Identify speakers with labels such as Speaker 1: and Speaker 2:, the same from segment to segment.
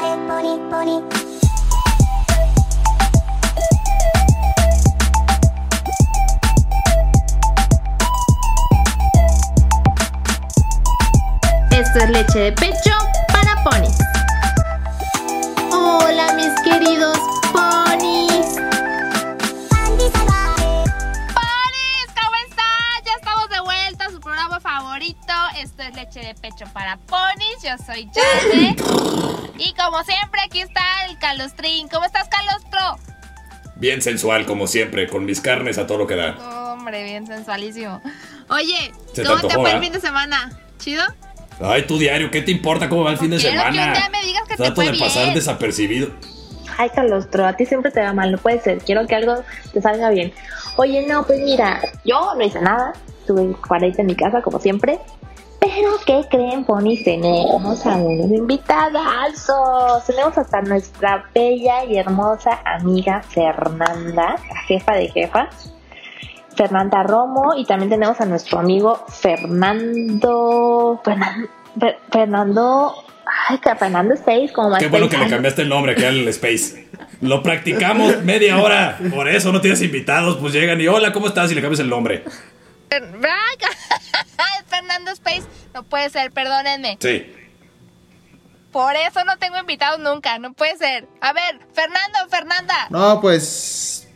Speaker 1: pony, pony.
Speaker 2: Esto es leche de pecho para ponis. Hola mis queridos ponis.
Speaker 1: Andy se va.
Speaker 3: ¡Ponis! ¿Cómo están? Ya estamos de vuelta a su programa favorito. Esto es Leche de Pecho para Ponis. Yo soy Jane. Y como siempre, aquí está el Calostrín. ¿Cómo estás, Calostro?
Speaker 4: Bien sensual, como siempre, con mis carnes a todo lo que da.
Speaker 3: Hombre, bien sensualísimo. Oye,
Speaker 4: Se te
Speaker 3: ¿cómo te
Speaker 4: antojó,
Speaker 3: fue el
Speaker 4: ¿eh?
Speaker 3: fin de semana? ¿Chido?
Speaker 4: Ay, tu diario, ¿qué te importa cómo va el fin de
Speaker 3: Quiero que un
Speaker 4: semana?
Speaker 3: día me digas que te
Speaker 4: Trato
Speaker 3: fue
Speaker 4: de pasar
Speaker 3: bien.
Speaker 4: desapercibido.
Speaker 5: Ay, Calostro, a ti siempre te va mal, no puede ser. Quiero que algo te salga bien. Oye, no, pues mira, yo no hice nada. Estuve paradita en mi casa, como siempre. Pero, ¿qué creen, Pony? Tenemos a unos invitados. Tenemos hasta nuestra bella y hermosa amiga Fernanda, la jefa de jefa. Fernanda Romo. Y también tenemos a nuestro amigo Fernando. Fernan- Fer- Fernando. Ay, que Fernando Space, como más
Speaker 6: Pues
Speaker 4: Qué bueno que le
Speaker 5: pensando.
Speaker 4: cambiaste el nombre acá al Space. Lo practicamos media hora. Por eso no tienes invitados, pues llegan y hola, ¿cómo estás? Y le cambias el nombre.
Speaker 3: Fer- Ay, ¡ah! Fernando Space. No puede ser, perdónenme.
Speaker 4: Sí.
Speaker 3: Por eso no tengo invitados nunca. No puede ser. A ver, Fernando, Fernanda.
Speaker 6: No, pues.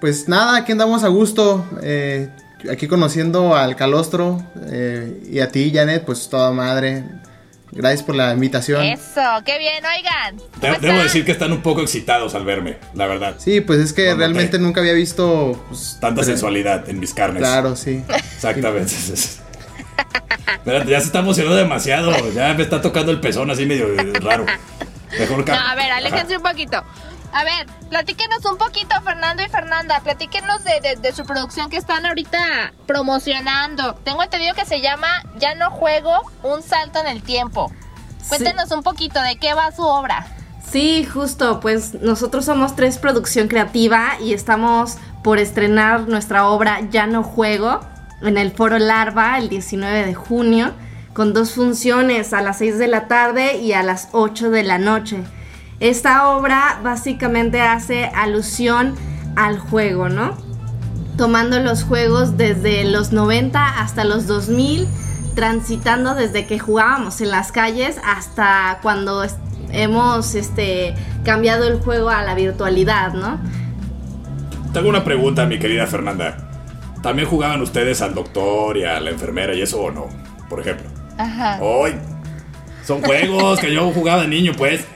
Speaker 6: Pues nada, aquí andamos a gusto. eh, aquí conociendo al Calostro eh, y a ti, Janet, pues toda madre. Gracias por la invitación.
Speaker 3: Eso, qué bien, oigan.
Speaker 4: De-
Speaker 3: ¿Cómo
Speaker 4: debo
Speaker 3: están?
Speaker 4: decir que están un poco excitados al verme, la verdad.
Speaker 6: Sí, pues es que
Speaker 4: Lo noté.
Speaker 6: realmente nunca había visto. pues,
Speaker 4: Tanta
Speaker 6: tre-
Speaker 4: sensualidad en mis carnes.
Speaker 6: Claro, sí.
Speaker 4: Exactamente. Espérate, ya se está emocionando demasiado. Ya me está tocando el pezón así medio eh, raro. Mejor
Speaker 3: No,
Speaker 4: ca-
Speaker 3: a ver,
Speaker 4: Ajá.
Speaker 3: aléjense un poquito. A ver, platíquenos un poquito, Fernando y Fernanda. Platíquenos de, de- de su producción que están ahorita promocionando. Tengo entendido que se llama Ya no juego, un salto en el tiempo. Cuéntenos un poquito de qué va su obra.
Speaker 7: Sí, justo, pues nosotros somos Tres Producción Creativa y estamos por estrenar nuestra obra Ya no juego en el Foro Larva el 19 de junio con dos funciones a las 6 de la tarde y a las 8 de la noche. Esta obra básicamente hace alusión al juego, ¿no? tomando los juegos desde los 90 hasta los 2000, transitando desde que jugábamos en las calles hasta cuando es- hemos este, cambiado el juego a la virtualidad, ¿no?
Speaker 4: Tengo una pregunta, mi querida Fernanda. ¿También jugaban ustedes al doctor y a la enfermera y eso o no? Por ejemplo.
Speaker 3: Ajá.
Speaker 4: ¡Ay! Son juegos que yo jugaba de niño, pues.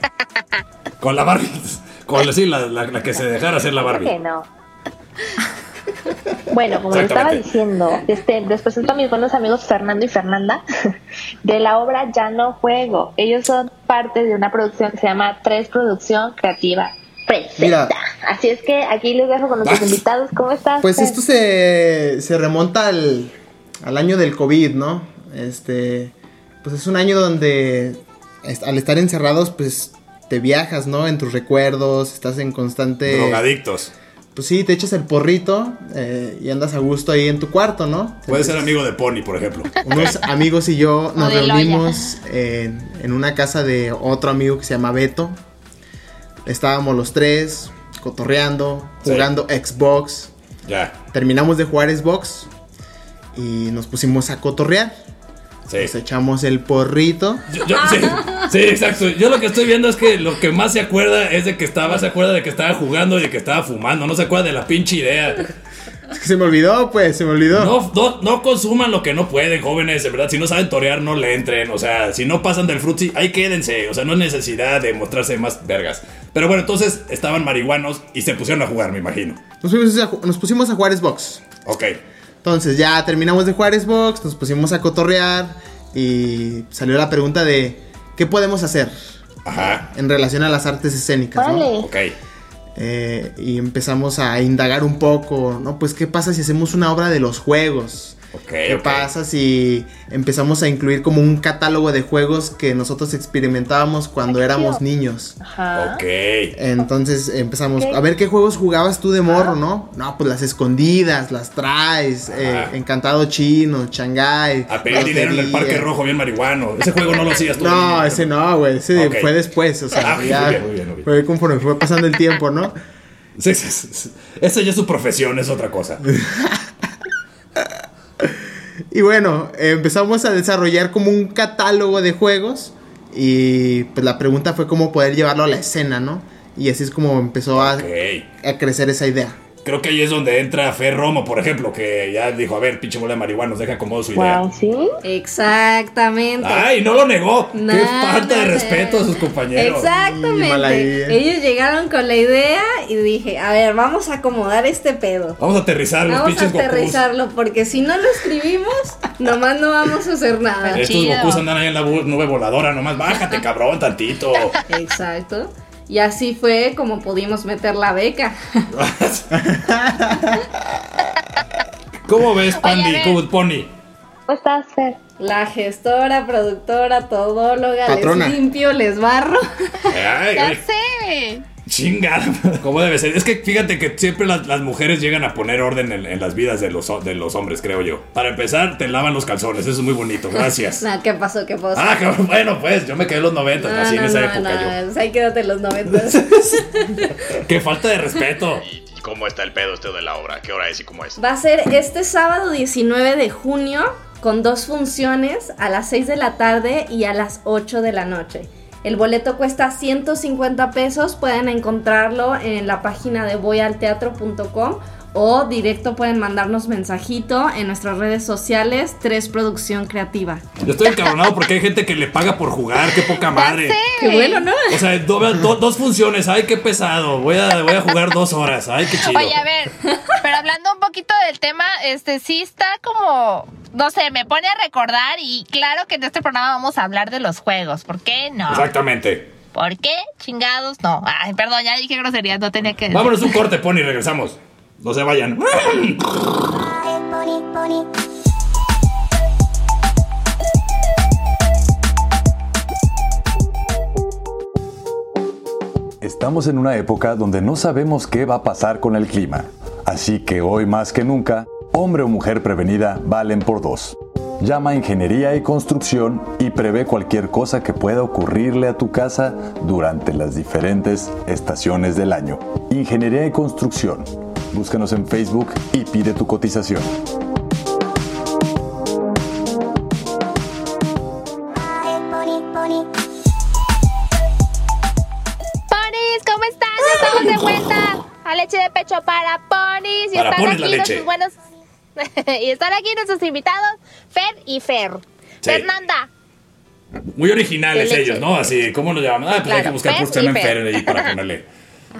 Speaker 4: Con la Barbie. Con la, sí, la, la- la que se dejara hacer la
Speaker 5: Creo que
Speaker 4: Barbie.
Speaker 5: no. Bueno, como les estaba
Speaker 4: Exactamente.
Speaker 5: diciendo, este, les presento a mis buenos amigos Fernando y Fernanda de la obra Ya no juego. Ellos son parte de una producción que se llama Tres Producción Creativa Presenta.
Speaker 6: Mira. Ah.
Speaker 5: Así es que aquí les dejo con nuestros invitados. ¿Cómo estás?
Speaker 6: Pues
Speaker 5: Fer?
Speaker 6: esto se, se remonta al, al año del COVID, ¿no? Este, pues es un año donde est- al estar encerrados, pues te viajas, ¿no? En tus recuerdos, estás en constante...
Speaker 4: Drogadictos.
Speaker 6: Pues sí, te echas el porrito eh, y andas a gusto ahí en tu cuarto, ¿no?
Speaker 4: Puede ser
Speaker 6: Entonces,
Speaker 4: amigo de Pony, por ejemplo.
Speaker 6: Unos amigos y yo
Speaker 3: O
Speaker 6: nos
Speaker 3: de Loya.
Speaker 6: reunimos en, en una casa de otro amigo que se llama Beto. Estábamos los tres cotorreando,
Speaker 4: Sí.
Speaker 6: jugando Xbox.
Speaker 4: Ya.
Speaker 6: Terminamos de jugar Xbox y nos pusimos a cotorrear.
Speaker 4: Sí.
Speaker 6: Nos echamos el porrito.
Speaker 4: Yo- yo- sí, sí, exacto. Yo lo que estoy viendo es que lo que más se acuerda es de que estaba, se acuerda de que estaba jugando y de que estaba fumando. No se acuerda de la pinche idea.
Speaker 6: Es que se me olvidó, pues, se me olvidó.
Speaker 4: No, no, no consuman lo que no pueden, jóvenes. En verdad, si no saben torear, no le entren. O sea, si no pasan del frutzi, ahí quédense. O sea, no es necesidad de mostrarse más vergas. Pero bueno, entonces estaban marihuanos y se pusieron a jugar, me imagino.
Speaker 6: Nos, pusimos a, ju- nos pusimos a jugar Xbox.
Speaker 4: Ok.
Speaker 6: Entonces ya terminamos de jugar Xbox, nos pusimos a cotorrear y salió la pregunta de ¿qué podemos hacer
Speaker 4: Ajá.
Speaker 6: en relación a las artes escénicas? ¿no?
Speaker 5: Órale.
Speaker 4: Ok.
Speaker 6: Eh, y empezamos a indagar un poco, ¿no? Pues qué pasa si hacemos una obra de los juegos,
Speaker 4: Ok,
Speaker 6: ¿Qué
Speaker 4: ok.
Speaker 6: pasa si empezamos a incluir como un catálogo de juegos que nosotros experimentábamos cuando éramos niños?
Speaker 3: Ajá.
Speaker 4: Ok.
Speaker 6: Entonces empezamos a ver qué juegos jugabas tú de morro, ¿no? No, pues las escondidas, las traes, eh,
Speaker 4: Ajá.
Speaker 6: Encantado Chino, Shanghai.
Speaker 4: A pedir dinero en el Parque Rojo bien marihuano. Ese juego no lo hacías tú.
Speaker 6: No, ese no, güey, ese
Speaker 4: Ok.
Speaker 6: fue después, o sea,
Speaker 4: Ah, muy
Speaker 6: ya
Speaker 4: bien, muy bien, muy bien.
Speaker 6: fue conforme fue pasando el tiempo, ¿no?
Speaker 4: Sí, sí, sí, sí. Esa ya es su profesión, es otra cosa.
Speaker 6: Y bueno, eh, empezamos a desarrollar como un catálogo de juegos y pues la pregunta fue cómo poder llevarlo a la escena, ¿no? Y así es como empezó a,
Speaker 4: Ok.
Speaker 6: a crecer esa idea.
Speaker 4: Creo que ahí es donde entra Fer Romo, por ejemplo, que ya dijo, a ver, pinche bola de marihuanos, deja acomodo su idea.
Speaker 5: Wow, sí.
Speaker 7: Exactamente.
Speaker 4: ¡Ay, no lo negó!
Speaker 7: No,
Speaker 4: ¡Qué falta de
Speaker 7: no, no.
Speaker 4: respeto a sus compañeros!
Speaker 6: Y mala idea.
Speaker 7: Exactamente. Ellos llegaron con la idea y dije, a ver, vamos a acomodar este pedo.
Speaker 4: Vamos a aterrizar los
Speaker 7: Vamos a
Speaker 4: pinches Gokus.
Speaker 7: aterrizarlo porque si no lo escribimos, nomás no vamos a hacer nada.
Speaker 4: Estos
Speaker 3: Chido.
Speaker 4: Gokus andan ahí en la bu- nube voladora nomás. Bájate, cabrón, tantito.
Speaker 7: Exacto. Y así fue como pudimos meter la beca.
Speaker 4: ¿Cómo ves,
Speaker 3: Oye, a
Speaker 4: Pandi?
Speaker 3: ver.
Speaker 4: ¿Cómo, Pony?
Speaker 5: ¿Cómo estás, Fer?
Speaker 7: La gestora, productora, todóloga,
Speaker 6: Patrona.
Speaker 7: les limpio, les barro.
Speaker 4: Ay,
Speaker 3: Ya
Speaker 4: ay,
Speaker 3: sé.
Speaker 4: chingada. ¿Cómo debe ser? Es que fíjate que siempre las, las mujeres llegan a poner orden en, en las vidas de los, ho- de los hombres, creo yo. Para empezar, te lavan los calzones. Eso es muy bonito. Gracias.
Speaker 7: No, ¿qué pasó? ¿Qué pasó?
Speaker 4: Ah, cabrón, bueno, pues yo me quedé en los 90,
Speaker 7: no,
Speaker 4: así en
Speaker 7: no,
Speaker 4: esa
Speaker 7: no,
Speaker 4: época
Speaker 7: no,
Speaker 4: yo.
Speaker 7: pues ahí quédate los noventas.
Speaker 4: ¡Qué falta de respeto!
Speaker 8: ¿Y, y cómo está el pedo este de la obra? ¿Qué hora es y cómo es?
Speaker 7: Va a ser este sábado 19 de junio con dos funciones a las 6 de la tarde y a las 8 de la noche. El boleto cuesta 150 pesos, pueden encontrarlo en la página de voyalteatro.com o directo pueden mandarnos mensajito en nuestras redes sociales 3 Producción Creativa.
Speaker 4: Yo estoy encabronado porque hay gente que le paga por jugar, qué poca madre.
Speaker 7: Qué bueno, ¿no?
Speaker 4: O sea, do- do- dos funciones, ay, qué pesado. Voy a, voy a jugar dos horas, ay, qué chido.
Speaker 3: Oye, a ver, pero hablando un poquito del tema, este sí está como, no sé, me pone a recordar y claro que en este programa vamos a hablar de los juegos, ¿por qué no?
Speaker 4: Exactamente.
Speaker 3: ¿Por qué chingados no? Ay, perdón, ya dije groserías, no tenía que decir.
Speaker 4: Vámonos un corte, Pony, regresamos. No se vayan.
Speaker 1: pony, pony.
Speaker 9: Estamos en una época donde no sabemos qué va a pasar con el clima. Así que hoy más que nunca, hombre o mujer prevenida valen por dos. Llama a ingeniería y construcción y prevé cualquier cosa que pueda ocurrirle a tu casa durante las diferentes estaciones del año. Ingeniería y construcción. Búscanos en Facebook y pide tu cotización.
Speaker 1: pony, pony.
Speaker 3: Ponis, ¿cómo están? Ya Estamos de vuelta a leche de pecho para ponis. Y
Speaker 4: Para
Speaker 3: están
Speaker 4: Ponis la
Speaker 3: aquí
Speaker 4: Leche.
Speaker 3: nuestros buenos. y están aquí nuestros invitados, Fer y Fer.
Speaker 4: Sí.
Speaker 3: Fernanda.
Speaker 4: Muy originales
Speaker 3: De leche.
Speaker 4: ellos, ¿no? Así, ¿cómo nos llamamos? Ah, pues hay que
Speaker 3: Claro,
Speaker 4: buscar
Speaker 3: Fer
Speaker 4: por se llama
Speaker 3: y
Speaker 4: Fer
Speaker 3: Fer.
Speaker 4: ahí para ponerle.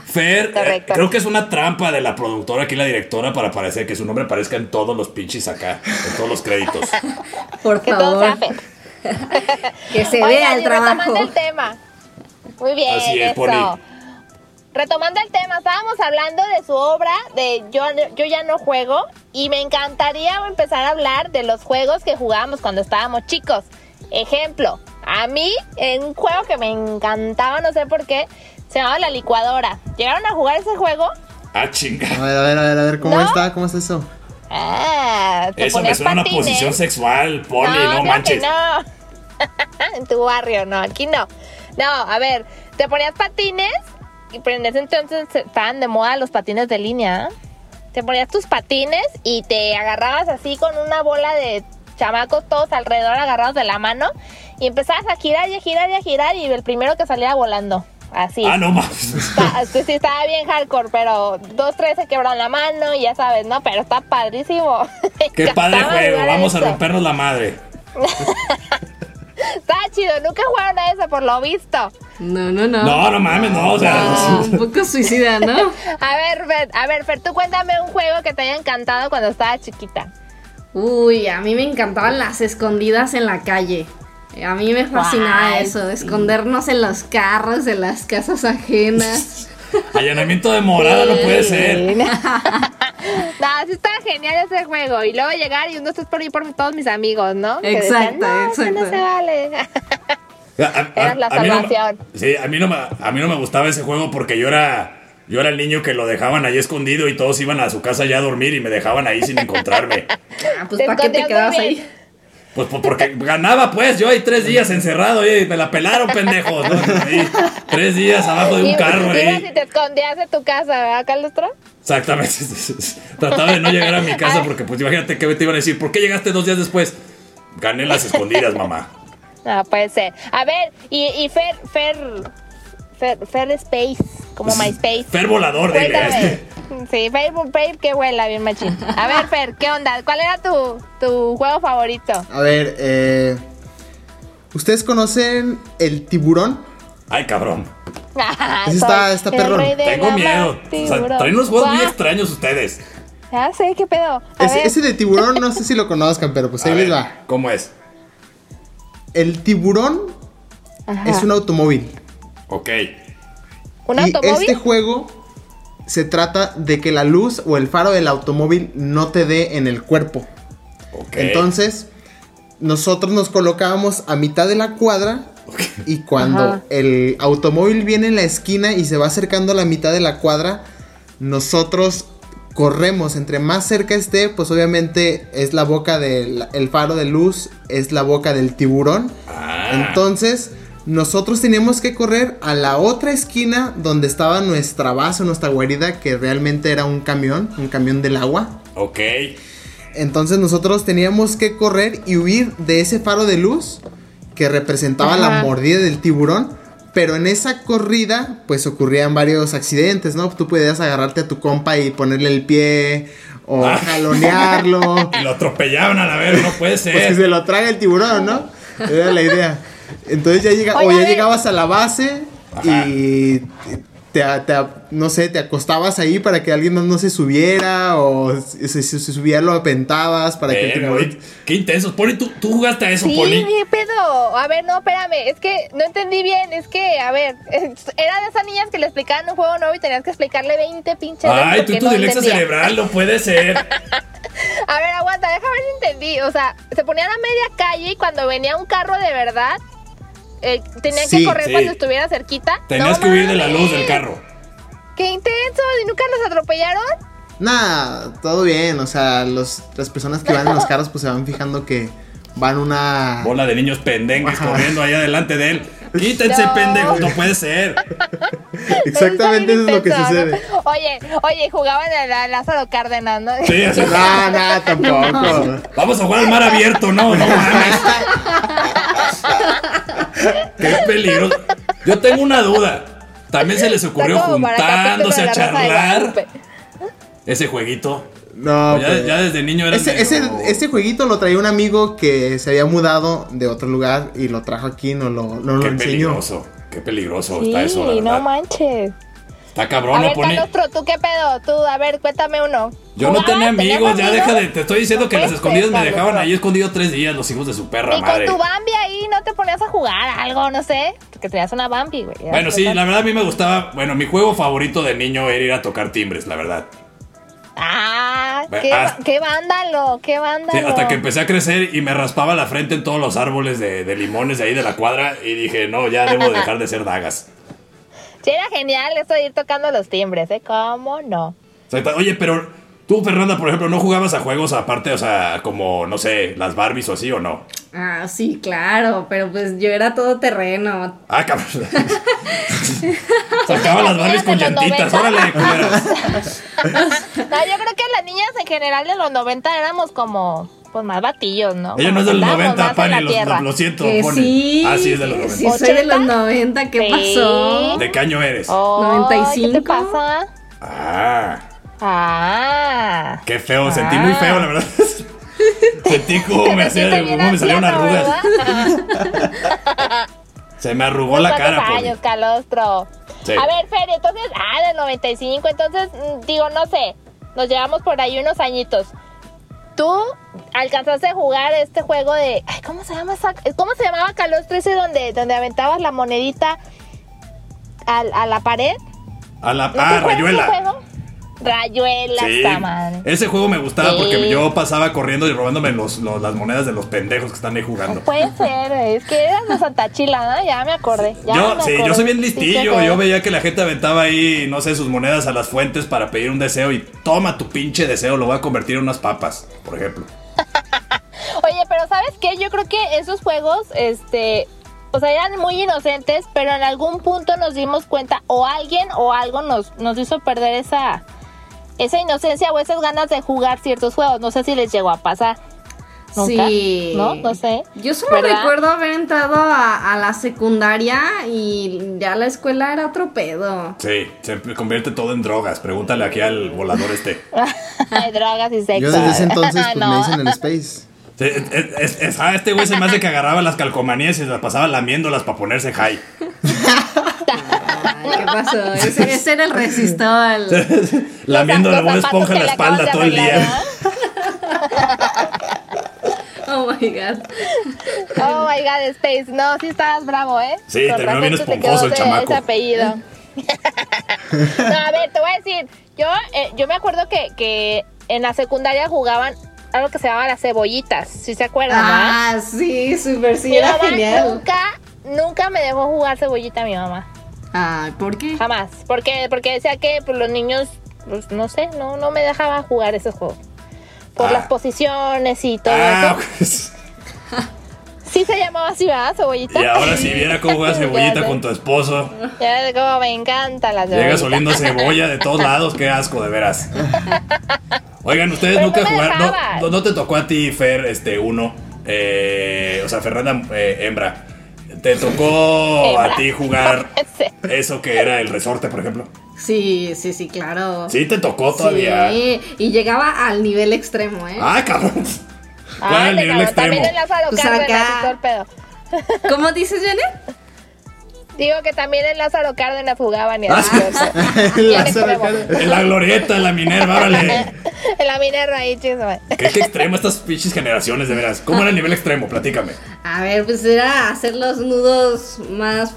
Speaker 4: Fer, eh,
Speaker 3: Correcto.
Speaker 4: creo que es una trampa de la productora aquí, la directora, para parecer que su nombre aparezca en todos los pinches acá, en todos los créditos.
Speaker 7: Por
Speaker 3: Que todo sea
Speaker 7: favor,
Speaker 3: Fer.
Speaker 7: que se
Speaker 3: Oigan,
Speaker 7: vea el
Speaker 3: y
Speaker 7: trabajo.
Speaker 3: Retomando el tema. Muy bien,
Speaker 4: Así es,
Speaker 3: eso.
Speaker 4: Poli.
Speaker 3: Retomando el tema, estábamos hablando de su obra de Yo, Yo ya no juego y me encantaría empezar a hablar de los juegos que jugábamos cuando estábamos chicos. Ejemplo, a mí en un juego que me encantaba, no sé por qué, se llamaba La Licuadora. ¿Llegaron a jugar ese juego?
Speaker 4: Ah, chinga.
Speaker 6: A ver, a ver, a ver, a ver, ¿cómo
Speaker 3: ¿No?
Speaker 6: está? ¿Cómo está eso?
Speaker 3: Ah, te
Speaker 4: Eso me
Speaker 3: ponías
Speaker 4: suena a una
Speaker 3: patines.
Speaker 4: posición sexual, Poli, no,
Speaker 3: claro
Speaker 4: manches.
Speaker 3: que no. en tu barrio, no, aquí no. No, a ver, te ponías patines y pero en ese entonces estaban de moda los patines de línea. ¿eh? Te ponías tus patines y te agarrabas así con una bola de chamacos todos alrededor agarrados de la mano y empezabas a girar y a girar y a girar y el primero que saliera volando. Así.
Speaker 4: Ah, no mames.
Speaker 3: Está- sí, sí, estaba bien hardcore, pero dos, tres se quebraron la mano y ya sabes, ¿no? Pero está padrísimo. Me
Speaker 4: Qué padre
Speaker 3: encantaba
Speaker 4: juego,
Speaker 3: jugar
Speaker 4: vamos a
Speaker 3: eso.
Speaker 4: rompernos la madre.
Speaker 3: Está chido, nunca jugaron a eso por lo visto.
Speaker 7: No, no, no.
Speaker 4: No, no mames, no, o sea.
Speaker 7: Ah, un poco suicida, ¿no?
Speaker 3: A ver, Fer, a ver, Fer, tú cuéntame un juego que te haya encantado cuando estabas chiquita.
Speaker 7: Uy, a mí me encantaban las escondidas en la calle. A mí me fascinaba
Speaker 3: Ay,
Speaker 7: eso, escondernos en los carros, en las casas ajenas.
Speaker 4: Allanamiento de morada no puede Ah, ser.
Speaker 3: No, sí estaba genial ese juego. Y luego llegar y uno está por ahí por todos mis amigos, ¿no? Que
Speaker 7: Exacto,
Speaker 3: "No, eso
Speaker 7: exacto.
Speaker 3: no se vale.
Speaker 4: A- a- a-
Speaker 3: Eras la
Speaker 4: Ah, a mí no me-
Speaker 3: salvación.
Speaker 4: sí, a mí, no me, a mí no me gustaba ese juego porque yo era, yo era el niño que lo dejaban ahí escondido y todos iban a su casa ya a dormir y me dejaban ahí sin encontrarme.
Speaker 7: Ah, pues
Speaker 3: Te
Speaker 7: ¿para qué te
Speaker 3: escondías
Speaker 7: quedabas
Speaker 3: muy
Speaker 7: ahí?
Speaker 3: bien.
Speaker 4: Pues, pues, porque ganaba, pues, yo ahí tres días encerrado, oye, y me la pelaron, pendejos. ¿no? Sí, tres días abajo de un
Speaker 3: Y-
Speaker 4: carro eh.
Speaker 3: Ibas y
Speaker 4: ahí.
Speaker 3: te escondías de tu casa, ¿verdad, Calostro?
Speaker 4: Exactamente. Trataba de no llegar a mi casa
Speaker 3: Ay.
Speaker 4: porque, pues, imagínate que te iban a decir, ¿por qué llegaste dos días después? Gané las escondidas, mamá.
Speaker 3: No, Ah, puede ser. A ver, y, y Fer, Fer, Fer, Fer Space,
Speaker 4: Pues
Speaker 3: como MySpace.
Speaker 4: Fer volador, dile.
Speaker 3: Cuéntame. Sí, Fer, Fer que vuela bien machín. A ver, Fer, ¿qué onda? ¿Cuál era tu, tu juego favorito?
Speaker 6: A ver, eh, ¿ustedes conocen el tiburón?
Speaker 4: Ay, cabrón.
Speaker 3: Ese
Speaker 6: Ah, pues está- está perrón.
Speaker 4: Tengo miedo. O sea, traen unos juegos muy extraños ustedes.
Speaker 3: Ya sé, ¿qué pedo? A
Speaker 6: Ese,
Speaker 3: ver.
Speaker 6: ese de tiburón no sé si lo conozcan, pero pues
Speaker 4: A
Speaker 6: ahí les
Speaker 4: ver,
Speaker 6: va.
Speaker 4: ¿Cómo es?
Speaker 6: El tiburón
Speaker 3: Ajá.
Speaker 6: es un automóvil.
Speaker 4: Ok.
Speaker 3: ¿Un
Speaker 6: y
Speaker 3: automóvil?
Speaker 6: este juego se trata de que la luz o el faro del automóvil no te dé en el cuerpo.
Speaker 4: Ok.
Speaker 6: Entonces, nosotros nos colocábamos a mitad de la cuadra. Y cuando
Speaker 3: Ajá.
Speaker 6: el automóvil viene en la esquina y se va acercando a la mitad de la cuadra, nosotros corremos. Entre más cerca esté, pues obviamente es la boca del el faro de luz, es la boca del tiburón.
Speaker 4: Ah,
Speaker 6: Entonces, nosotros teníamos que correr a la otra esquina donde estaba nuestra base, nuestra guarida, que realmente era un camión, un camión del agua.
Speaker 4: ok.
Speaker 6: Entonces nosotros teníamos que correr y huir de ese faro de luz que representaba la
Speaker 3: Ajá.
Speaker 6: mordida del tiburón. Pero en esa corrida, pues ocurrían varios accidentes, ¿no? Tú podías agarrarte a tu compa y ponerle el pie o
Speaker 4: Ah.
Speaker 6: jalonearlo.
Speaker 4: Y lo atropellaron a la vez, no puede ser.
Speaker 6: Pues que se lo traga el tiburón, ¿no? Era la idea. Entonces ya llega, o
Speaker 3: Oye, a
Speaker 6: ya
Speaker 3: ver.
Speaker 6: llegabas a la base
Speaker 4: Ajá.
Speaker 6: y te, te- no sé, te acostabas ahí para que alguien más no se subiera o si si- si subía lo apentabas para que el
Speaker 4: Eh, güey,
Speaker 6: tiburón-
Speaker 4: qué intensos. Poli, ¿tú, tú jugaste a eso,
Speaker 3: Sí,
Speaker 4: Poli.
Speaker 3: ¿qué pedo? A ver, no, espérame, es que no entendí bien, es que, a ver, era de esas niñas que le explicaban un juego nuevo y tenías que explicarle 20 pinches veces
Speaker 4: Ay, tú
Speaker 3: porque
Speaker 4: y tu
Speaker 3: no
Speaker 4: dislexia
Speaker 3: entendía.
Speaker 4: cerebral, no puede ser.
Speaker 3: A ver, aguanta, déjame ver si entendí, o sea, se ponían a media calle y cuando venía un carro de verdad, eh, tenían
Speaker 6: Sí,
Speaker 3: que correr
Speaker 4: sí.
Speaker 3: cuando estuviera cerquita. No
Speaker 4: Tenías que huir de la luz
Speaker 3: mames,
Speaker 4: del carro.
Speaker 3: ¡Qué intenso! ¿Y nunca los atropellaron?
Speaker 6: Nah, todo bien, o sea, los, las personas que van en los carros pues se van fijando que van una...
Speaker 4: Bola de niños pendengues
Speaker 6: Ajá.
Speaker 4: corriendo ahí adelante de él. Quítense,
Speaker 3: No.
Speaker 4: pendejos, no puede ser.
Speaker 6: Exactamente eso es lo que
Speaker 3: Está bien
Speaker 6: sucede.
Speaker 3: intenso, ¿no? Oye, oye, jugaban a la Lázaro Cárdenas, ¿no?
Speaker 4: Sí, así.
Speaker 6: Nah, nah, tampoco.
Speaker 4: Vamos a jugar al mar abierto, no, no mames. Qué peligro. Yo tengo una duda. También se les ocurrió
Speaker 3: Está como para
Speaker 4: juntándose a
Speaker 3: capítulo de la Rosa de
Speaker 4: charlar
Speaker 3: Guadalupe.
Speaker 4: ese jueguito.
Speaker 6: No,
Speaker 4: ya,
Speaker 6: pues.
Speaker 4: ya desde niño era
Speaker 6: Ese, ese, ese jueguito lo traía un amigo que se había mudado de otro lugar y lo trajo aquí, no lo, no lo
Speaker 4: Qué
Speaker 6: enseñó.
Speaker 4: peligroso, qué peligroso
Speaker 3: Sí,
Speaker 4: Oh, está eso,
Speaker 3: no
Speaker 4: la verdad.
Speaker 3: manches.
Speaker 4: está
Speaker 3: a
Speaker 4: cabrón, no
Speaker 3: ver,
Speaker 4: pone.
Speaker 3: Calostro, ¿tú qué pedo? Tú, a ver, cuéntame uno.
Speaker 4: Yo no
Speaker 3: Ah,
Speaker 4: tenía
Speaker 3: ¿tenías
Speaker 4: amigos, ya deja de. Te estoy diciendo
Speaker 3: No
Speaker 4: que las
Speaker 3: puede
Speaker 4: escondidas
Speaker 3: ser,
Speaker 4: me dejaban
Speaker 3: Calostro.
Speaker 4: ahí escondido tres días, los hijos de su perra
Speaker 3: Y
Speaker 4: madre.
Speaker 3: con tu Bambi ahí no te ponías a jugar algo, no sé. Porque tenías una Bambi, güey.
Speaker 4: Bueno, sí, la verdad a mí me gustaba. Bueno, mi juego favorito de niño era ir a tocar timbres, la verdad.
Speaker 3: Ah,
Speaker 4: Ve-
Speaker 3: qué,
Speaker 4: ah.
Speaker 3: qué vándalo, qué
Speaker 4: Sí,
Speaker 3: vándalo.
Speaker 4: hasta que empecé a crecer y me raspaba la frente en todos los árboles de, de limones de ahí de la cuadra y dije, no, ya debo dejar de ser dagas.
Speaker 3: Sí, era genial eso de ir tocando los timbres, ¿eh? ¿Cómo no?
Speaker 4: O sea, ta- Oye, pero tú, Fernanda, por ejemplo, ¿no jugabas a juegos aparte, o sea, como, no sé, las Barbies o así o no?
Speaker 7: Ah, sí, claro, pero pues yo era todo terreno.
Speaker 4: Ah, cabrón. Sacaba las Barbies con
Speaker 3: De los
Speaker 4: llantitas,
Speaker 3: 90.
Speaker 4: órale, culeras.
Speaker 3: No, yo creo que las niñas en general de los 90 éramos como, pues más batillos, ¿no?
Speaker 4: Ella
Speaker 3: Como
Speaker 4: no es del
Speaker 3: que estábamos
Speaker 4: 90,
Speaker 3: más en la
Speaker 4: Pani, lo,
Speaker 3: tierra.
Speaker 4: lo- lo siento,
Speaker 7: Que
Speaker 4: pone.
Speaker 7: sí.
Speaker 4: Ah, sí, es de los 90.
Speaker 7: Sí, soy de los
Speaker 3: ¿Ochenta?
Speaker 7: 90, ¿qué
Speaker 3: Sí.
Speaker 7: pasó?
Speaker 4: ¿De qué año eres?
Speaker 3: Oh, ¿Qué te
Speaker 7: 95?
Speaker 3: pasa?
Speaker 4: Ah.
Speaker 3: Ah.
Speaker 4: Qué feo, sentí muy feo, la verdad. sentí como me, hacía,
Speaker 3: Siento bien
Speaker 4: cómo me salieron
Speaker 3: anciano,
Speaker 4: arrugas.
Speaker 3: ¿verdad?
Speaker 4: Se me arrugó la
Speaker 3: ¿Cuántos
Speaker 4: cara. Poli.
Speaker 3: años, Calostro?
Speaker 4: Sí.
Speaker 3: A ver, Fer, entonces, ah, del 95, entonces, mm, digo, no sé, nos llevamos por ahí unos añitos. Tú alcanzaste a jugar este juego de, ay, ¿cómo se llama esa- ¿Cómo se llamaba Calostro ese donde, donde aventabas la monedita al- a la pared?
Speaker 4: A la
Speaker 3: ¿No te
Speaker 4: ah,
Speaker 3: acuerdas de ese
Speaker 4: rayuela.
Speaker 3: juego? Rayuela,
Speaker 4: Sí.
Speaker 3: esta madre.
Speaker 4: Ese juego me gustaba
Speaker 3: Sí.
Speaker 4: porque yo pasaba corriendo y robándome los- los- las monedas de los pendejos que están ahí jugando.
Speaker 3: Puede ser, es que eras de Santa Chila, ¿no? Ya me acordé. ya
Speaker 4: Yo,
Speaker 3: me
Speaker 4: sí,
Speaker 3: acordé.
Speaker 4: yo soy bien
Speaker 3: Sí,
Speaker 4: listillo.
Speaker 3: sí, sí.
Speaker 4: yo veía que la gente aventaba ahí, no sé, sus monedas a las fuentes para pedir un deseo y toma tu pinche deseo, lo voy a convertir en unas papas, por ejemplo.
Speaker 3: Oye, pero ¿sabes qué? Yo creo que esos juegos, este, o sea, eran muy inocentes, pero en algún punto nos dimos cuenta, o alguien o algo nos, nos hizo perder esa, esa inocencia o esas ganas de jugar ciertos juegos. No sé si les llegó a pasar. ¿Nunca?
Speaker 7: Sí.
Speaker 3: ¿No? No sé.
Speaker 7: Yo solo
Speaker 3: ¿Verdad?
Speaker 7: recuerdo haber entrado a, a la secundaria y ya la escuela era otro pedo.
Speaker 4: Sí, se convierte todo en drogas. Pregúntale aquí al volador este.
Speaker 3: Hay drogas y sexo.
Speaker 6: Yo desde ese entonces pues,
Speaker 3: No.
Speaker 6: me dicen el Space.
Speaker 4: Sí, es- es- es- ah, este güey se me hace que agarraba las calcomanías y se las pasaba lamiéndolas para ponerse high.
Speaker 7: Ay, ¿Qué pasó? Ese, ese era el resistol.
Speaker 4: Lamiendo
Speaker 3: Los
Speaker 4: la buena
Speaker 3: zapatos
Speaker 4: esponja en
Speaker 3: que
Speaker 4: la
Speaker 3: le acabas
Speaker 4: espalda
Speaker 3: de
Speaker 4: todo el
Speaker 3: arreglar,
Speaker 4: día.
Speaker 3: ¿no?
Speaker 7: Oh my god.
Speaker 3: Oh my god, Space. No, sí estabas bravo, ¿eh?
Speaker 4: Sí, terminó
Speaker 3: razón
Speaker 4: bien
Speaker 3: se te
Speaker 4: esponjoso
Speaker 3: quedó
Speaker 4: el
Speaker 3: ese-
Speaker 4: chamaco.
Speaker 3: Ese apellido. no, a ver, te voy a decir. Yo, eh, yo me acuerdo que, que en la secundaria jugaban algo que se llamaba las cebollitas. Si se acuerdan, ¿verdad?
Speaker 7: Ah, sí, super sí,
Speaker 3: Mi
Speaker 7: era
Speaker 3: mamá
Speaker 7: genial.
Speaker 3: nunca, nunca me dejó jugar cebollita mi mamá.
Speaker 7: Ay, ¿por qué?
Speaker 3: Jamás. Porque, porque decía que pues, los niños, pues no sé, no, no me dejaba jugar esos juegos. Por
Speaker 4: Ah.
Speaker 3: las posiciones y todo
Speaker 4: Ah,
Speaker 3: eso.
Speaker 4: pues,
Speaker 3: Sí se llamaba así, ¿verdad? Cebollita.
Speaker 4: y ahora si viera cómo juega
Speaker 3: Ya
Speaker 4: cebollita
Speaker 3: sé.
Speaker 4: con tu esposo,
Speaker 3: Ya ves cómo me encanta la cebolla.
Speaker 4: llegas oliendo a cebolla de todos lados, qué asco, de veras. Oigan, ustedes
Speaker 3: Pero
Speaker 4: nunca
Speaker 3: no me
Speaker 4: jugaron, no,
Speaker 3: dejabas.
Speaker 4: no- no te tocó a ti, Fer, este, uno, eh, o sea, Fernanda eh, Hembra, te tocó
Speaker 3: Hembra.
Speaker 4: a ti jugar
Speaker 3: Sí.
Speaker 4: eso que era el resorte, por ejemplo.
Speaker 7: Sí, sí, sí, claro.
Speaker 4: Sí, te tocó todavía.
Speaker 7: Sí, y llegaba al nivel extremo, ¿eh?
Speaker 4: Ah, cabrón. ¿Cuál
Speaker 3: Ay, Ah,
Speaker 4: el
Speaker 3: te
Speaker 4: nivel
Speaker 3: cago,
Speaker 4: extremo?
Speaker 3: También en las
Speaker 7: Pues acá.
Speaker 3: Cárdenas, todo el pedo.
Speaker 7: ¿Cómo dices, Janet?
Speaker 3: Digo que también en Lázaro Cárdenas jugaban y
Speaker 4: Ah,
Speaker 3: así,
Speaker 4: sí.
Speaker 3: o sea,
Speaker 6: Lázaro
Speaker 3: extremo.
Speaker 6: Cárdenas.
Speaker 4: En la glorieta, en la Minerva, órale.
Speaker 3: en la Minerva ahí, chis, güey.
Speaker 4: ¿Qué, qué extremo estas pinches generaciones, de veras. ¿Cómo era el nivel extremo? Platícame.
Speaker 7: A ver, pues era hacer los nudos más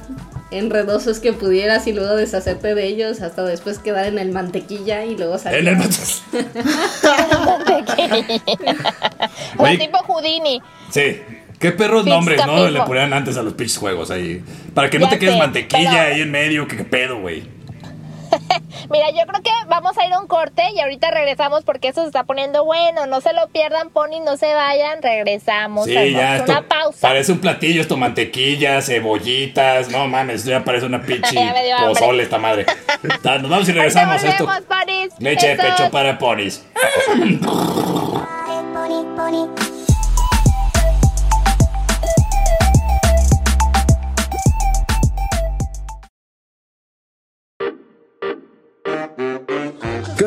Speaker 7: enredosos que pudieras y luego deshacerte de ellos hasta después quedar en el mantequilla y luego salir.
Speaker 4: En el
Speaker 3: O
Speaker 4: Güey.
Speaker 3: tipo Houdini.
Speaker 4: Sí. Qué perros
Speaker 3: Pinche
Speaker 4: nombres, ¿no?
Speaker 3: capijo.
Speaker 4: Le ponían antes a los pinches juegos ahí. Para que no
Speaker 3: Ya
Speaker 4: te quedes
Speaker 3: sé,
Speaker 4: mantequilla
Speaker 3: pero-
Speaker 4: ahí en medio, qué, qué pedo, güey.
Speaker 3: Mira, yo creo que vamos a ir a un corte y ahorita regresamos porque eso se está poniendo bueno. No se lo pierdan, Pony, no se vayan. Regresamos.
Speaker 4: Sí,
Speaker 3: hermanos.
Speaker 4: ya esto.
Speaker 3: Una pausa.
Speaker 4: Parece un platillo esto, mantequillas, cebollitas. No mames, esto ya parece una pinche
Speaker 3: Ya me dio hambre.
Speaker 4: pozole esta madre. Ta- Nos vamos
Speaker 3: Ahorita
Speaker 4: y regresamos a esto.
Speaker 3: volvemos, Ponis.
Speaker 4: Leche de
Speaker 3: Besos.
Speaker 4: pecho para ponis.
Speaker 9: ¿Qué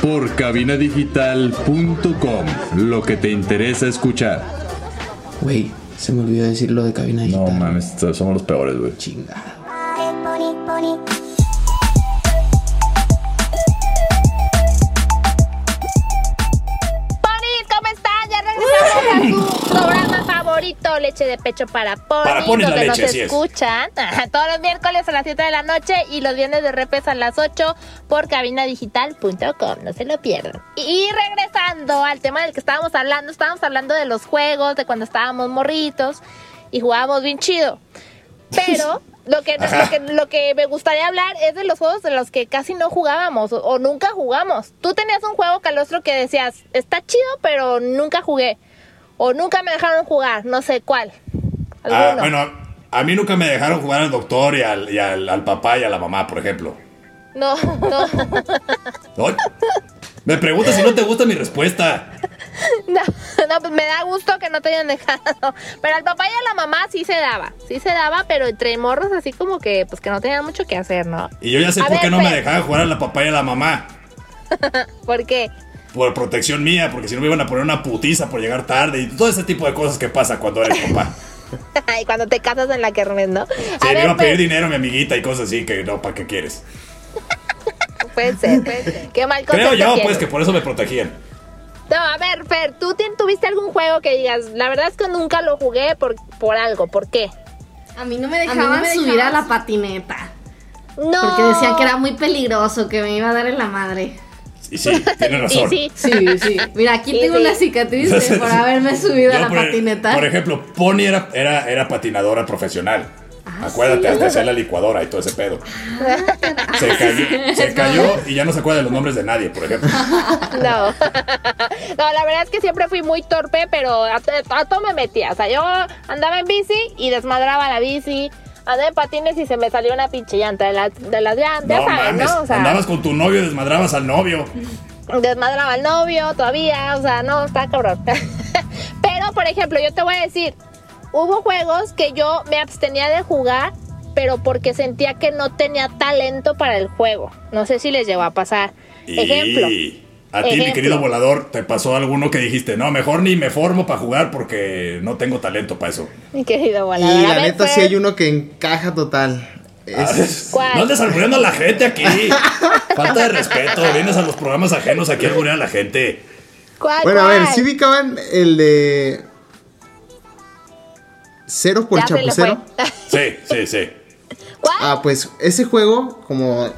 Speaker 9: por cabinadigital.com. Lo que te interesa escuchar.
Speaker 10: Güey, se me olvidó decir lo de cabina
Speaker 9: No
Speaker 10: digital.
Speaker 9: mames, somos los peores, güey.
Speaker 10: Chingada.
Speaker 3: Ponis, ¿cómo están? Ya regresamos a su programa favorito, Leche de Pecho para Ponis.
Speaker 4: Para Ponis la
Speaker 3: donde
Speaker 4: leche,
Speaker 3: nos
Speaker 4: así es.
Speaker 3: escuchan ajá, todos los miércoles a las 7 de la noche y los viernes de repes a las 8 por cabinadigital.com. No se lo pierdan. Y regresando al tema del que estábamos hablando, estábamos hablando de los juegos, de cuando estábamos morritos y jugábamos bien chido. Pero lo que, lo, que, lo que me gustaría hablar es de los juegos de los que casi no jugábamos o, o nunca jugamos. Tú tenías un juego calostro que decías, está chido, pero nunca jugué. O nunca me dejaron jugar, no sé cuál.
Speaker 4: Ah,
Speaker 3: Alguno.
Speaker 4: bueno, a mí nunca me dejaron jugar al doctor y al, y al- al papá y a la mamá, por ejemplo.
Speaker 3: No, no,
Speaker 4: Ay, Me preguntas si no te gusta mi respuesta.
Speaker 3: no, no, pues me da gusto que no te hayan dejado. Pero al papá y a la mamá sí se daba, sí se daba, pero entre morros así como que, pues que no tenían mucho que hacer, ¿no?
Speaker 4: Y yo ya sé
Speaker 3: A
Speaker 4: por qué
Speaker 3: ver,
Speaker 4: no me
Speaker 3: Fer.
Speaker 4: dejaban jugar a la papá y a la mamá.
Speaker 3: ¿Por qué?
Speaker 4: Por protección mía, porque si no me iban a poner una putiza por llegar tarde y todo ese tipo de cosas que pasa cuando eres papá.
Speaker 3: Y cuando te casas en la que remes, ¿no?
Speaker 4: Sí, me iba a pedir
Speaker 3: pero-
Speaker 4: dinero a mi amiguita y cosas así que no, ¿para qué quieres?
Speaker 3: pues, Puede ser, puede ser. Qué mal
Speaker 4: Creo
Speaker 3: concepto
Speaker 4: yo,
Speaker 3: tienes.
Speaker 4: pues, que por eso me protegían.
Speaker 3: No, a ver, Fer, ¿tú tien- tuviste algún juego que digas, la verdad es que nunca lo jugué por, por algo, ¿por qué?
Speaker 2: A mí no me
Speaker 7: A mí no me subir a la patineta.
Speaker 3: No.
Speaker 7: Porque decían que era muy peligroso, que me iba a dar en la madre.
Speaker 4: Y sí, tienes
Speaker 3: Y
Speaker 4: razón.
Speaker 3: sí.
Speaker 7: Sí, sí. Mira, aquí
Speaker 3: Sí,
Speaker 7: tengo
Speaker 3: sí.
Speaker 7: una cicatriz de por haberme subido a
Speaker 4: Yo,
Speaker 7: la patineta.
Speaker 4: Por ejemplo, Pony era, era, era patinadora profesional.
Speaker 3: Ah,
Speaker 4: Acuérdate, hasta hacía la licuadora y todo ese pedo.
Speaker 3: Ah,
Speaker 4: se cayó, se cayó y ya no se acuerda de los nombres de nadie, por ejemplo.
Speaker 3: No. no, la verdad es que siempre fui muy torpe, pero a, a todo me metía. O sea, yo andaba en bici y desmadraba la bici. Andaba en patines y se me salió una pinche llanta de, las de las llantas,
Speaker 4: No
Speaker 3: ya sabes,
Speaker 4: mames,
Speaker 3: ¿no? O sea,
Speaker 4: andabas con tu novio, desmadrabas al novio.
Speaker 3: desmadraba al novio todavía, o sea, no, está cabrón. pero, por ejemplo, yo te voy a decir, hubo juegos que yo me abstenía de jugar, pero porque sentía que no tenía talento para el juego. No sé si les llegó a pasar. Ejemplo.
Speaker 4: Y a ti, mi
Speaker 3: Ejemplo.
Speaker 4: querido volador, ¿te pasó alguno que dijiste, no, mejor ni me formo para jugar porque no tengo talento para eso?
Speaker 3: Mi querido
Speaker 6: Y
Speaker 3: volador. A
Speaker 6: la
Speaker 3: ver, pues,
Speaker 6: neta, sí
Speaker 3: Fer,
Speaker 6: hay uno que encaja total. Es-
Speaker 3: ¿Cuál?
Speaker 4: Ah, No andes albureando a la gente aquí. Falta de respeto. Vienes a los programas ajenos aquí a alburear a la gente. Ah.
Speaker 3: ¿Cuál,
Speaker 6: Bueno, a ver,
Speaker 3: cuál?
Speaker 6: si ubicaban el de. Cero por
Speaker 3: Ya se le
Speaker 6: chapucero.
Speaker 3: fue.
Speaker 4: Sí, sí, sí.
Speaker 3: ¿Cuál?
Speaker 6: Ah, pues ese juego, como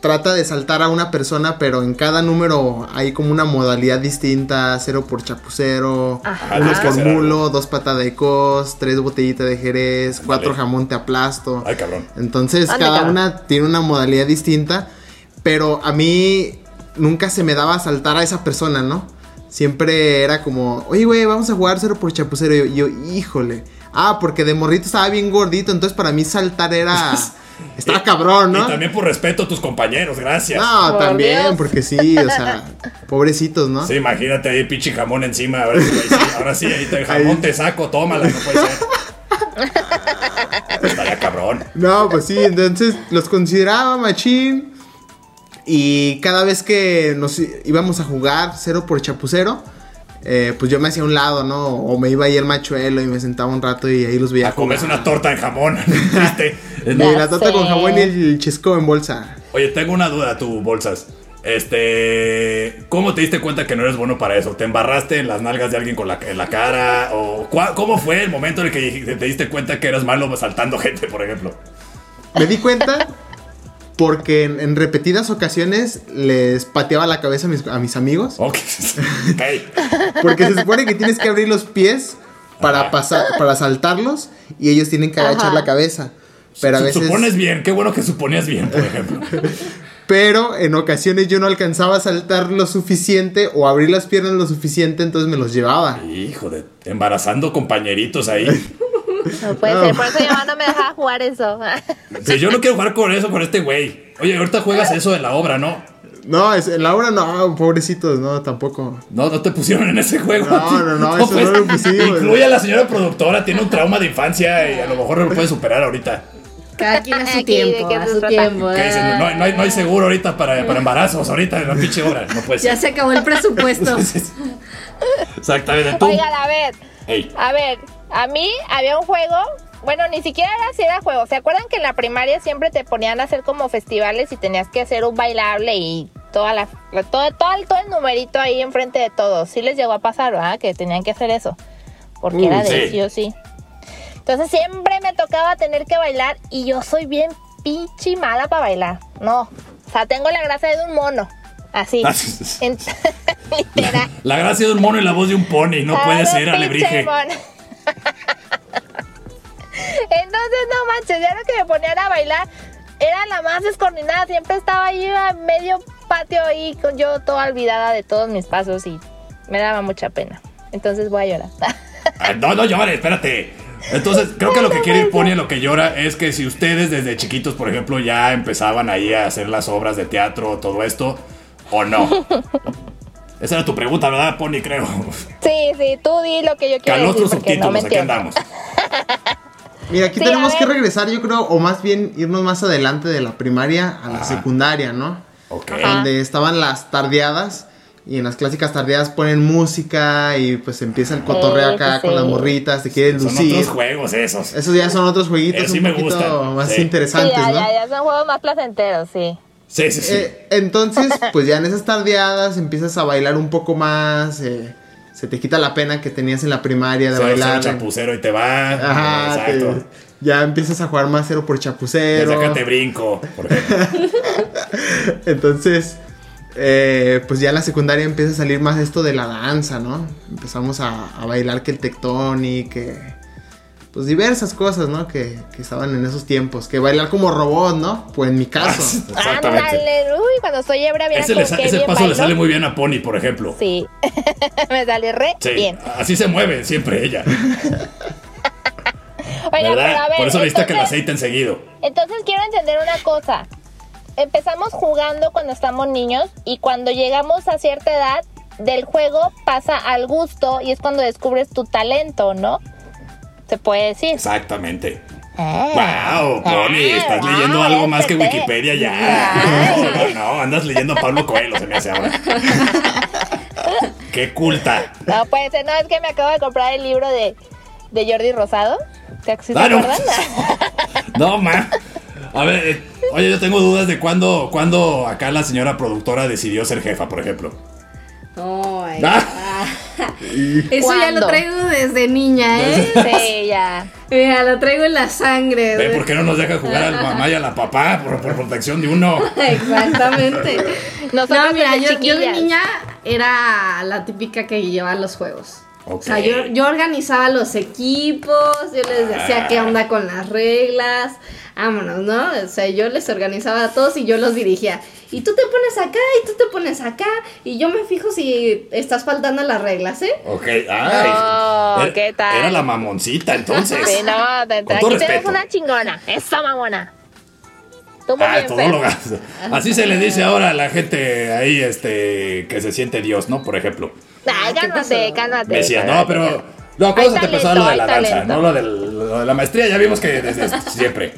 Speaker 6: trata de saltar a una persona, pero en cada número hay como una modalidad distinta: cero por chapucero,
Speaker 4: Ajá,
Speaker 6: uno
Speaker 4: tienes que
Speaker 6: por
Speaker 4: hacer
Speaker 6: mulo, dos patada de cos, tres botellita de jerez, cuatro jamón te aplasto.
Speaker 4: Ay, cabrón.
Speaker 6: Entonces,
Speaker 3: Ande,
Speaker 6: cada
Speaker 3: cabrón.
Speaker 6: una tiene una modalidad distinta, pero a mí nunca se me daba saltar a esa persona, ¿no? Siempre era como, oye, güey, vamos a jugar cero por chapucero. Y yo, yo, híjole. Ah, porque de morrito estaba bien gordito, entonces para mí saltar era... Estaba Ah, cabrón, ¿no?
Speaker 4: Y también por respeto a tus compañeros, gracias.
Speaker 6: No,
Speaker 3: Por
Speaker 6: también,
Speaker 3: Dios.
Speaker 6: porque sí, o sea, pobrecitos, ¿no?
Speaker 4: Sí, imagínate ahí pinche jamón encima. Ahora sí, ahí sí, ahora sí, ahí te jamón
Speaker 6: Ahí.
Speaker 4: te saco, tómala, no puede ser. Estaría cabrón.
Speaker 6: No, pues sí, entonces los consideraba machín. Y cada vez que nos í- íbamos a jugar cero por chapucero, eh, pues yo me hacía a un lado, ¿no? O me iba ahí el machuelo y me sentaba un rato y ahí los veía.
Speaker 4: A comerse
Speaker 6: jugar.
Speaker 4: una torta de jamón. ¿viste?
Speaker 6: Y
Speaker 4: No.
Speaker 6: la torta
Speaker 3: sé.
Speaker 6: con jabón y el chisco en bolsa.
Speaker 4: Oye, tengo una duda, tú, bolsas. Este, ¿cómo te diste cuenta que no eres bueno para eso? ¿Te embarraste en las nalgas de alguien con la, en la cara? ¿O cua- cómo fue el momento en el que dijiste- te diste cuenta que eras malo saltando gente, por ejemplo?
Speaker 6: Me di cuenta porque en, en repetidas ocasiones les pateaba la cabeza a mis, a mis amigos.
Speaker 4: Ok. Ok.
Speaker 6: Porque se supone que tienes que abrir los pies para
Speaker 4: Ajá.
Speaker 6: pasar, para saltarlos y ellos tienen que agachar la cabeza. Pero a
Speaker 4: Su-
Speaker 6: veces.
Speaker 4: Supones bien, qué bueno que suponías bien, por ejemplo.
Speaker 6: Pero en ocasiones yo no alcanzaba a saltar lo suficiente o abrir las piernas lo suficiente, entonces me los llevaba.
Speaker 4: Hijo de. Embarazando compañeritos ahí.
Speaker 3: No puede
Speaker 6: No.
Speaker 3: ser, por eso mi mamá no me dejaba jugar eso.
Speaker 4: Si yo no quiero jugar con eso, con este güey. Oye, ahorita juegas eso de la obra, ¿no?
Speaker 6: No, es, en la obra no, pobrecitos, no, tampoco.
Speaker 4: No, no te pusieron en ese juego.
Speaker 6: No, no, no, eso no lo pusimos.
Speaker 4: Incluye a la señora productora, tiene un trauma de infancia y a lo mejor no lo puede superar ahorita.
Speaker 7: Cada quien a su
Speaker 3: Aquí,
Speaker 7: tiempo,
Speaker 3: ¿de qué
Speaker 7: a
Speaker 3: se
Speaker 7: su
Speaker 3: trata?
Speaker 7: tiempo. ¿eh?
Speaker 4: Que dicen, no, hay- no hay, no hay seguro ahorita para, para embarazos, ahorita en la pinche obra. No puede
Speaker 7: Ya
Speaker 4: ser.
Speaker 7: se acabó el presupuesto.
Speaker 4: Exactamente. Tú.
Speaker 3: Oigan, a ver,
Speaker 4: Ey,
Speaker 3: a ver, a mí había un juego, bueno, ni siquiera era si era juego. ¿Se acuerdan que en la primaria siempre te ponían a hacer como festivales y tenías que hacer un bailable y toda la, la- todo, todo, el- todo el numerito ahí enfrente de todos? Sí les llegó a pasar, ¿verdad? Que tenían que hacer eso. Porque
Speaker 4: Mm,
Speaker 3: era de
Speaker 4: sí.
Speaker 3: sí o sí. Entonces siempre me tocaba tener que bailar y yo soy bien pinche mala para bailar. No. O sea, tengo la gracia de un mono. Así.
Speaker 4: Ah,
Speaker 3: En- Literal.
Speaker 4: la gracia de un mono y la voz de un pony. No
Speaker 3: Ah,
Speaker 4: puede
Speaker 3: no,
Speaker 4: ser,
Speaker 3: pinche
Speaker 4: alebrije.
Speaker 3: mono. Entonces, no manches, ya lo que me ponían a bailar era la más descoordinada. Siempre estaba ahí a medio patio ahí, con yo toda olvidada de todos mis pasos y me daba mucha pena. Entonces voy a llorar.
Speaker 4: Ah, No, no llores, espérate. Entonces, creo que lo que quiere ir Pony, lo que llora es que si ustedes desde chiquitos, por ejemplo, ya empezaban ahí a hacer las obras de teatro, todo esto, o no. Esa era tu pregunta, ¿verdad, Pony? Creo.
Speaker 3: Sí, sí, tú di lo que yo quiero decir
Speaker 4: Calostros
Speaker 3: porque no
Speaker 4: subtítulos,
Speaker 3: me
Speaker 4: aquí
Speaker 3: entiendo.
Speaker 4: andamos.
Speaker 6: Mira, aquí
Speaker 3: Sí,
Speaker 6: tenemos
Speaker 3: a
Speaker 6: que
Speaker 3: ver.
Speaker 6: regresar, yo creo, o más bien irnos más adelante de la primaria a la
Speaker 4: Ajá.
Speaker 6: secundaria, ¿no?
Speaker 4: Ok.
Speaker 3: Ah.
Speaker 6: donde estaban las tardeadas y en las clásicas tardeadas ponen música y pues empieza el cotorreo
Speaker 5: Sí,
Speaker 6: acá
Speaker 5: sí, sí.
Speaker 6: con las morritas, te quieren
Speaker 4: Son
Speaker 6: lucir.
Speaker 4: otros juegos esos.
Speaker 6: Esos ya son otros jueguitos
Speaker 4: Esos sí
Speaker 6: un
Speaker 4: me
Speaker 6: poquito
Speaker 4: gustan,
Speaker 6: más
Speaker 4: sí.
Speaker 6: interesantes,
Speaker 3: sí, ya,
Speaker 6: ¿no?
Speaker 3: ya, ya son juegos más placenteros, sí.
Speaker 4: Sí, sí, sí.
Speaker 6: Eh, entonces, pues ya en esas tardeadas empiezas a bailar un poco más, eh, se te quita la pena que tenías en la primaria de
Speaker 4: Cero, cero
Speaker 6: bailar.
Speaker 4: chapucero y te va.
Speaker 6: Ajá, te-
Speaker 4: Exacto.
Speaker 6: ya empiezas a jugar más cero por
Speaker 4: Desde
Speaker 6: chapucero.
Speaker 4: acá te brinco. por ejemplo.
Speaker 6: Entonces, eh, pues ya en la secundaria empieza a salir más esto de la danza, ¿no? Empezamos a, a bailar que el tectón y que... Pues diversas cosas, ¿no? Que, que estaban en esos tiempos. Que bailar como robot, ¿no? Pues en mi caso.
Speaker 4: Ah, Exactamente.
Speaker 3: Ándale, uy, cuando estoy ebria, Ah, mira
Speaker 4: Ese,
Speaker 3: con
Speaker 4: le sa-
Speaker 3: qué
Speaker 4: ese
Speaker 3: bien
Speaker 4: paso le
Speaker 3: bailo.
Speaker 4: sale muy bien a Pony, por ejemplo.
Speaker 3: Sí, me sale re
Speaker 4: Sí,
Speaker 3: bien.
Speaker 4: así se mueve siempre ella.
Speaker 3: Oiga, pero a
Speaker 4: ¿Verdad?
Speaker 3: ver,
Speaker 4: Por eso necesita que la
Speaker 3: entonces-
Speaker 4: aceiten seguido.
Speaker 3: Entonces quiero entender una cosa. Empezamos jugando cuando estamos niños y cuando llegamos a cierta edad del juego pasa al gusto y es cuando descubres tu talento, ¿no? Se puede decir.
Speaker 4: Exactamente.
Speaker 3: Ah.
Speaker 4: ¡Wow! Pony,
Speaker 3: Ah,
Speaker 4: estás
Speaker 3: wow,
Speaker 4: leyendo algo más que
Speaker 3: este.
Speaker 4: Wikipedia ya.
Speaker 3: Ay.
Speaker 4: No, no, no, andas leyendo a Pablo Coelho, se me hace ahora. ¡Qué culta!
Speaker 3: No puede ser, no, es que me acabo de comprar el libro de, de Jordi Rosado. ¿Te, sí ¿Se
Speaker 4: Ah, no.
Speaker 3: acuerdan?
Speaker 4: No, ma. A ver, eh, oye, yo tengo dudas de cuándo, cuándo acá la señora productora decidió ser jefa, por ejemplo.
Speaker 7: Ay,
Speaker 4: Ah.
Speaker 7: ah. Eso ya
Speaker 3: ¿Cuándo?
Speaker 7: lo traigo desde niña, ¿eh?
Speaker 3: Sí, ya.
Speaker 7: Mira, lo traigo en la sangre.
Speaker 4: Ve, ¿por qué no nos deja jugar al mamá y a la papá por, por protección de uno?
Speaker 7: Exactamente.
Speaker 3: Nosotras
Speaker 7: no, mira,
Speaker 3: desde
Speaker 7: yo, yo de
Speaker 3: chiquillas.
Speaker 7: niña era la típica que llevaba los juegos.
Speaker 4: Ok.
Speaker 7: O sea, yo, yo organizaba los equipos, yo les
Speaker 4: Ah.
Speaker 7: decía qué onda con las reglas, vámonos, ¿no? O sea, yo les organizaba a todos y yo los dirigía. Y tú te pones acá y tú te pones acá y yo me fijo si estás faltando a las reglas, ¿eh? ¿é?
Speaker 4: Ok, ay.
Speaker 3: No,
Speaker 4: Era-
Speaker 3: ¿qué tal?
Speaker 4: Era la mamoncita, entonces.
Speaker 3: Sí, no, de-
Speaker 4: Con
Speaker 3: aquí
Speaker 4: todo
Speaker 3: tenemos
Speaker 4: respeto.
Speaker 3: una chingona. Esa mamona. Tú muy
Speaker 4: Ah,
Speaker 3: bien, Ah. Fer.
Speaker 4: todóloga. Así se le dice ahora a la gente ahí, este, que se siente Dios, ¿no? Por ejemplo.
Speaker 3: Ay, cálmate, cálmate.
Speaker 4: Ah, Me decía, no,
Speaker 3: cálmate.
Speaker 4: pero. No, acuérdate
Speaker 3: talento,
Speaker 4: empezar lo de la
Speaker 3: hay
Speaker 4: danza,
Speaker 3: talento.
Speaker 4: no lo, del- lo de la maestría, ya vimos que desde siempre.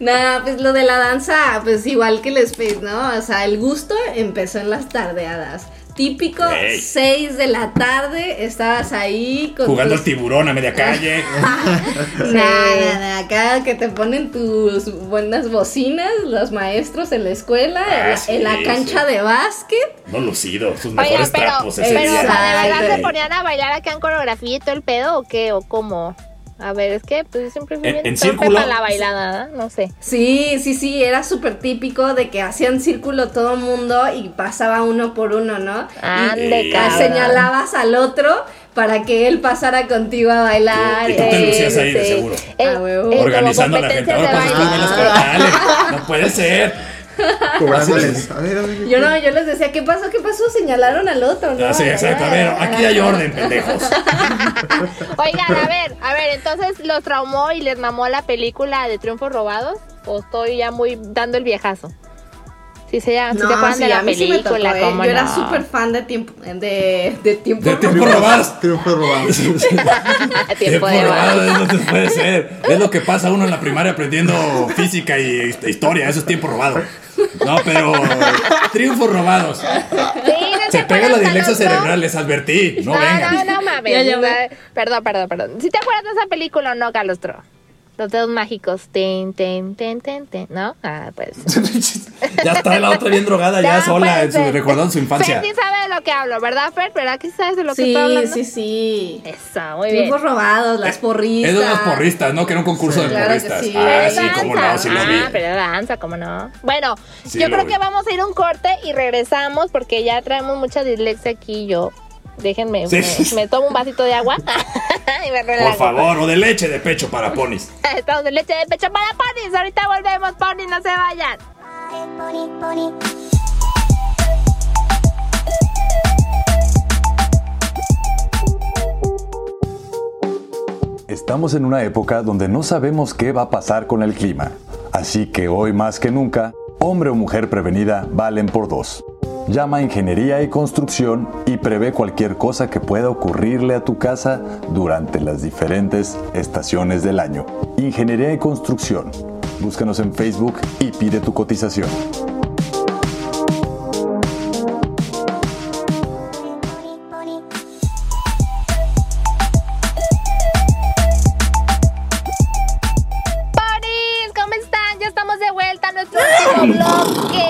Speaker 7: Nada, pues lo de la danza, pues igual que el Space, ¿no? O sea, el gusto empezó en las tardeadas. Típico,
Speaker 4: Ey.
Speaker 7: 6 de la tarde, estabas ahí con
Speaker 4: Jugando
Speaker 7: tus-
Speaker 4: al tiburón a media calle.
Speaker 7: Nada, nada, acá que te ponen tus buenas bocinas, los maestros en la escuela,
Speaker 4: Ah,
Speaker 7: en, la,
Speaker 4: sí,
Speaker 7: en la cancha
Speaker 4: sí.
Speaker 7: de básquet.
Speaker 4: No lucido, sus
Speaker 3: Oiga,
Speaker 4: mejores
Speaker 3: pero,
Speaker 4: trapos ese
Speaker 3: pero, o sea,
Speaker 4: día.
Speaker 3: ¿de verdad
Speaker 7: Ay,
Speaker 3: se ponían a bailar acá en coreografía y todo el pedo o qué? ¿O cómo? A ver, es que pues yo siempre fui
Speaker 4: En-
Speaker 3: bien
Speaker 4: en
Speaker 3: torpe
Speaker 4: círculo.
Speaker 3: para la bailada, ¿no? No sé.
Speaker 7: Sí, sí, sí, era súper típico de que hacían círculo todo mundo y pasaba uno por uno, ¿no?
Speaker 3: Ande,
Speaker 4: Y-
Speaker 7: Ah,
Speaker 3: cabrón.
Speaker 7: señalabas al otro para que él pasara contigo a bailar.
Speaker 4: Y tú te
Speaker 7: eh,
Speaker 4: lucías ahí, de
Speaker 7: sí.
Speaker 4: seguro.
Speaker 3: Eh,
Speaker 7: A Ah, huevo.
Speaker 3: eh, como
Speaker 4: Organizando a la gente.
Speaker 3: competencias
Speaker 4: Ahora
Speaker 3: de baile.
Speaker 4: pasas
Speaker 3: Ah.
Speaker 4: con buenas cortales. No puede ser.
Speaker 6: Cobrándoles. A ver, a ver.
Speaker 7: Yo no, yo les decía, ¿qué pasó? ¿Qué pasó? Señalaron al otro, ¿no?
Speaker 4: Así, exacto. A ver, aquí hay orden, pendejos.
Speaker 3: Oigan, a ver, a ver, entonces los traumó y les mamó la película de Triunfos Robados o estoy ya muy dando el viejazo. Sí se llama, sí
Speaker 7: No,
Speaker 3: se acuerdan
Speaker 7: sí,
Speaker 3: de la
Speaker 7: a mí sí me tocó,
Speaker 3: película,
Speaker 7: ¿eh?
Speaker 3: ¿cómo
Speaker 7: Yo era
Speaker 3: no?
Speaker 7: súper fan de tiempo, de, de tiempo.
Speaker 4: De tiempo robado.
Speaker 6: Triunfo robado.
Speaker 3: tiempo de
Speaker 4: robado,
Speaker 3: baile.
Speaker 4: eso no puede ser. Es lo que pasa uno en la primaria aprendiendo física y hist- historia. Eso es tiempo robado. No, pero. Triunfos robados.
Speaker 3: Sí, no
Speaker 4: Se pega la
Speaker 3: acuerdan de
Speaker 4: dislexia
Speaker 3: los
Speaker 4: cerebral, les advertí. No
Speaker 3: No, no,
Speaker 4: vengan.
Speaker 3: no mames.
Speaker 7: Ya, ya
Speaker 3: O sea, Perdón, perdón, perdón. ¿Sí te acuerdas de esa película o no, Calostro? Los dedos mágicos. Ten, ten, ten, ten, ten. ¿No? Ah, pues.
Speaker 4: Ya está la otra bien drogada, ya sola,
Speaker 3: puede
Speaker 4: en su-
Speaker 3: ser.
Speaker 4: recordando su infancia.
Speaker 3: eh, Fer sí sabe de lo que hablo, ¿verdad, Fer? ¿Verdad que sí sabes de lo que
Speaker 7: Sí,
Speaker 3: estoy hablando?
Speaker 7: sí, sí.
Speaker 3: Eso, muy bien.
Speaker 7: Tiempos robados, las porristas.
Speaker 4: Es de los porristas, ¿no? Que era un concurso de
Speaker 7: claro que
Speaker 4: porristas.
Speaker 7: sí.
Speaker 4: Ah,
Speaker 7: Pero
Speaker 4: sí,
Speaker 3: danza.
Speaker 4: cómo no, sí lo vi.
Speaker 3: Ah, pero danza, cómo no. Bueno,
Speaker 4: Sí
Speaker 3: yo
Speaker 4: lo
Speaker 3: creo
Speaker 4: vi.
Speaker 3: que vamos a ir a un corte y regresamos porque ya traemos mucha dislexia aquí yo. Déjenme,
Speaker 4: Sí.
Speaker 3: me, me tomo un vasito de agua y me relajo.
Speaker 4: Por favor, o de leche de pecho para ponis.
Speaker 3: Estamos en leche de pecho para ponis. Ahorita volvemos, ponis, no se vayan.
Speaker 9: Estamos en una época donde no sabemos qué va a pasar con el clima, así que hoy más que nunca, hombre o mujer prevenida valen por dos. Llama a Ingeniería y Construcción y prevé cualquier cosa que pueda ocurrirle a tu casa durante las diferentes estaciones del año. Ingeniería y Construcción, Búscanos en Facebook y pide tu cotización.
Speaker 3: Ponis, ¿cómo están? Ya estamos de vuelta a nuestro último bloque.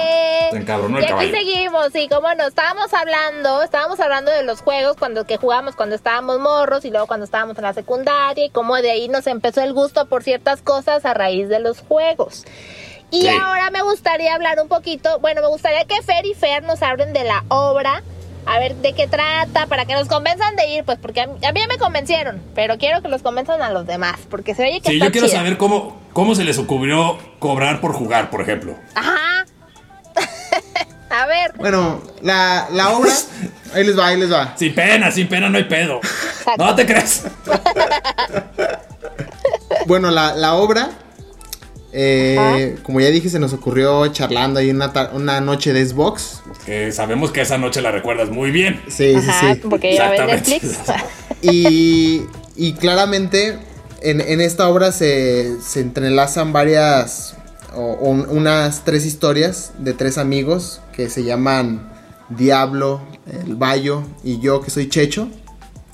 Speaker 4: Se encabronó el
Speaker 3: y aquí
Speaker 4: caballo.
Speaker 3: seguimos, sí, cómo no. Estábamos hablando, estábamos hablando de los juegos cuando que jugábamos cuando estábamos morros y luego cuando estábamos en la secundaria y cómo de ahí nos empezó el gusto por ciertas cosas a raíz de los juegos. Y
Speaker 4: Sí.
Speaker 3: ahora me gustaría hablar un poquito, bueno, me gustaría que Fer y Fer nos hablen de la obra, a ver de qué trata, para que nos convenzan de ir, pues porque a mí, a mí ya me convencieron, pero quiero que los convenzan a los demás, porque se oye que
Speaker 4: Sí,
Speaker 3: está
Speaker 4: yo quiero
Speaker 3: chida.
Speaker 4: saber cómo, cómo se les ocurrió cobrar por jugar, por ejemplo.
Speaker 3: Ajá. a ver,
Speaker 6: Bueno, la, la obra. Ahí les va, ahí les va.
Speaker 4: Sin pena, sin pena no hay pedo. No te crees.
Speaker 6: Bueno, la, la obra. eh, como ya dije, se nos ocurrió charlando ahí una, ta- una noche de Xbox.
Speaker 4: Que sabemos que esa noche la recuerdas muy bien.
Speaker 6: Sí,
Speaker 3: Ajá,
Speaker 6: sí, sí.
Speaker 3: porque ya ven
Speaker 4: Exactamente.
Speaker 3: Netflix.
Speaker 6: Y, y claramente en, en esta obra se, se entrelazan varias, o, o un- unas tres historias de tres amigos que se llaman Diablo, el Bayo y yo que soy Checho,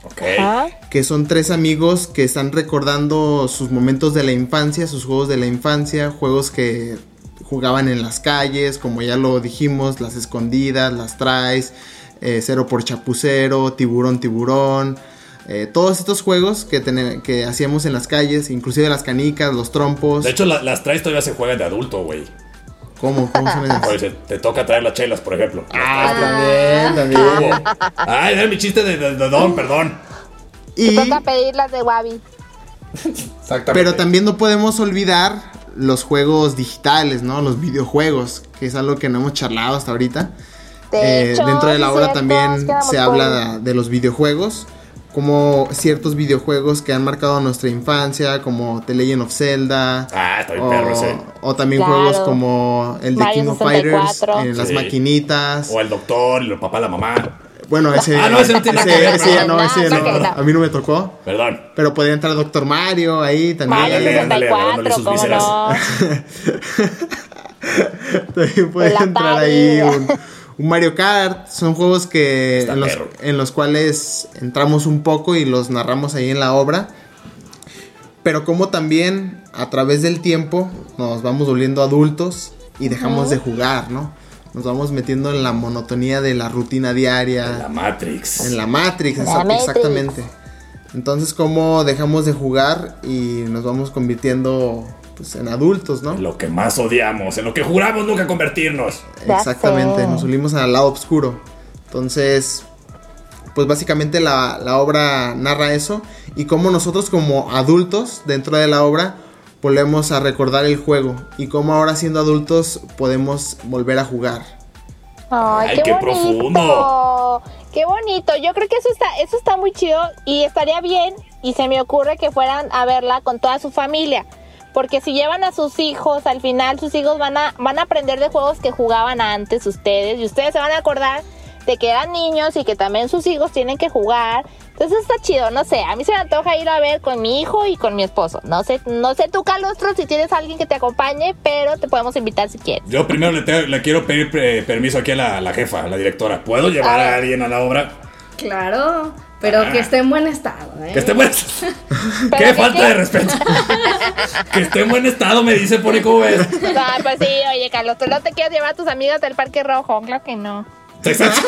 Speaker 4: Ok.
Speaker 3: Ajá.
Speaker 6: que son tres amigos que están recordando sus momentos de la infancia, sus juegos de la infancia, juegos que jugaban en las calles, como ya lo dijimos, las escondidas, las traes, eh, cero por chapucero, tiburón, tiburón. eh, todos estos juegos que, tene- que hacíamos en las calles, inclusive las canicas, los trompos.
Speaker 4: De hecho, la- las traes todavía se juegan de adulto, güey.
Speaker 6: ¿Cómo? ¿Cómo se me dice?
Speaker 4: Oye, se- te toca traer las chelas, por ejemplo.
Speaker 6: Ah, también,
Speaker 4: ¿Qué hubo?
Speaker 6: también.
Speaker 4: Ay, era mi chiste de, de- de don, perdón.
Speaker 6: Y,
Speaker 3: Toca pedir las de Wabi.
Speaker 4: Exactamente.
Speaker 6: pero también no podemos olvidar los juegos digitales, ¿no? Los videojuegos, que es algo que no hemos charlado hasta ahorita. Eh, dentro de la obra también se habla de, de los videojuegos, como ciertos videojuegos que han marcado nuestra infancia, como The Legend of Zelda,
Speaker 4: Ah, está bien
Speaker 6: o,
Speaker 4: perro ese.
Speaker 6: o también
Speaker 3: Claro.
Speaker 6: juegos como el de
Speaker 3: Mario
Speaker 6: King of
Speaker 3: 64.
Speaker 6: Fighters, eh, las
Speaker 4: Sí.
Speaker 6: maquinitas.
Speaker 4: O el doctor, y el papá, la mamá.
Speaker 6: Bueno, ese,
Speaker 4: Ah, no, ese no tiene nada que
Speaker 6: ese-
Speaker 4: ver,
Speaker 6: ese ya
Speaker 3: ¿no?
Speaker 6: no, ese ya
Speaker 3: No,
Speaker 6: no,
Speaker 3: ok, no.
Speaker 6: a mí no me tocó.
Speaker 4: Perdón.
Speaker 6: Pero podría entrar Doctor Mario ahí también.
Speaker 3: Mario
Speaker 4: Ándale, ándale, agarrándole
Speaker 3: 64,
Speaker 4: sus
Speaker 3: ¿cómo
Speaker 4: vísceras.
Speaker 3: no?
Speaker 6: También puede
Speaker 3: El
Speaker 6: entrar
Speaker 3: Atari.
Speaker 6: ahí un, un Mario Kart. Son juegos que
Speaker 4: Está
Speaker 6: en los,
Speaker 4: perro.
Speaker 6: en los cuales entramos un poco y los narramos ahí en la obra. Pero como también a través del tiempo nos vamos volviendo adultos y dejamos de jugar, ¿no? Nos vamos metiendo en la monotonía de la rutina diaria.
Speaker 4: La Matrix.
Speaker 6: Ah. En la Matrix,
Speaker 3: La
Speaker 6: exact-
Speaker 3: Matrix.
Speaker 6: exactamente. Entonces, cómo dejamos de jugar y nos vamos convirtiendo pues, en adultos, ¿no?
Speaker 4: En lo que más odiamos, en lo que juramos nunca convertirnos.
Speaker 3: Ya
Speaker 6: Exactamente,
Speaker 3: sé.
Speaker 6: nos unimos al lado oscuro. Entonces, pues básicamente la, la obra narra eso y cómo nosotros como adultos dentro de la obra volvemos a recordar el juego y cómo ahora siendo adultos podemos volver a jugar.
Speaker 3: Ay,
Speaker 4: Ay,
Speaker 3: qué,
Speaker 4: qué
Speaker 3: bonito.
Speaker 4: profundo.
Speaker 3: Qué bonito. Yo creo que eso está, eso está muy chido y estaría bien. Y se me ocurre que fueran a verla con toda su familia. Porque si llevan a sus hijos, al final sus hijos van a, van a aprender de juegos que jugaban antes ustedes. Y ustedes se van a acordar de que eran niños y que también sus hijos tienen que jugar. Entonces está chido, no sé. A mí se me antoja ir a ver con mi hijo y con mi esposo. No sé, no sé tú, Calostro, si tienes a alguien que te acompañe, pero te podemos invitar si quieres.
Speaker 4: Yo primero le, te- le quiero pedir eh, permiso aquí a la, la jefa, a la directora. ¿Puedo llevar
Speaker 3: A ver.
Speaker 4: a alguien a la obra?
Speaker 7: Claro, pero que esté en buen estado, ¿eh?
Speaker 4: Ah. Que esté en buen estado. ¡Qué
Speaker 3: que
Speaker 4: falta
Speaker 3: qué?
Speaker 4: de respeto! que esté en buen estado, me dice, pone como ves.
Speaker 3: No, pues sí, oye, Carlos, tú no te quieres llevar a tus amigas del Parque Rojo, claro que no.
Speaker 4: Exacto.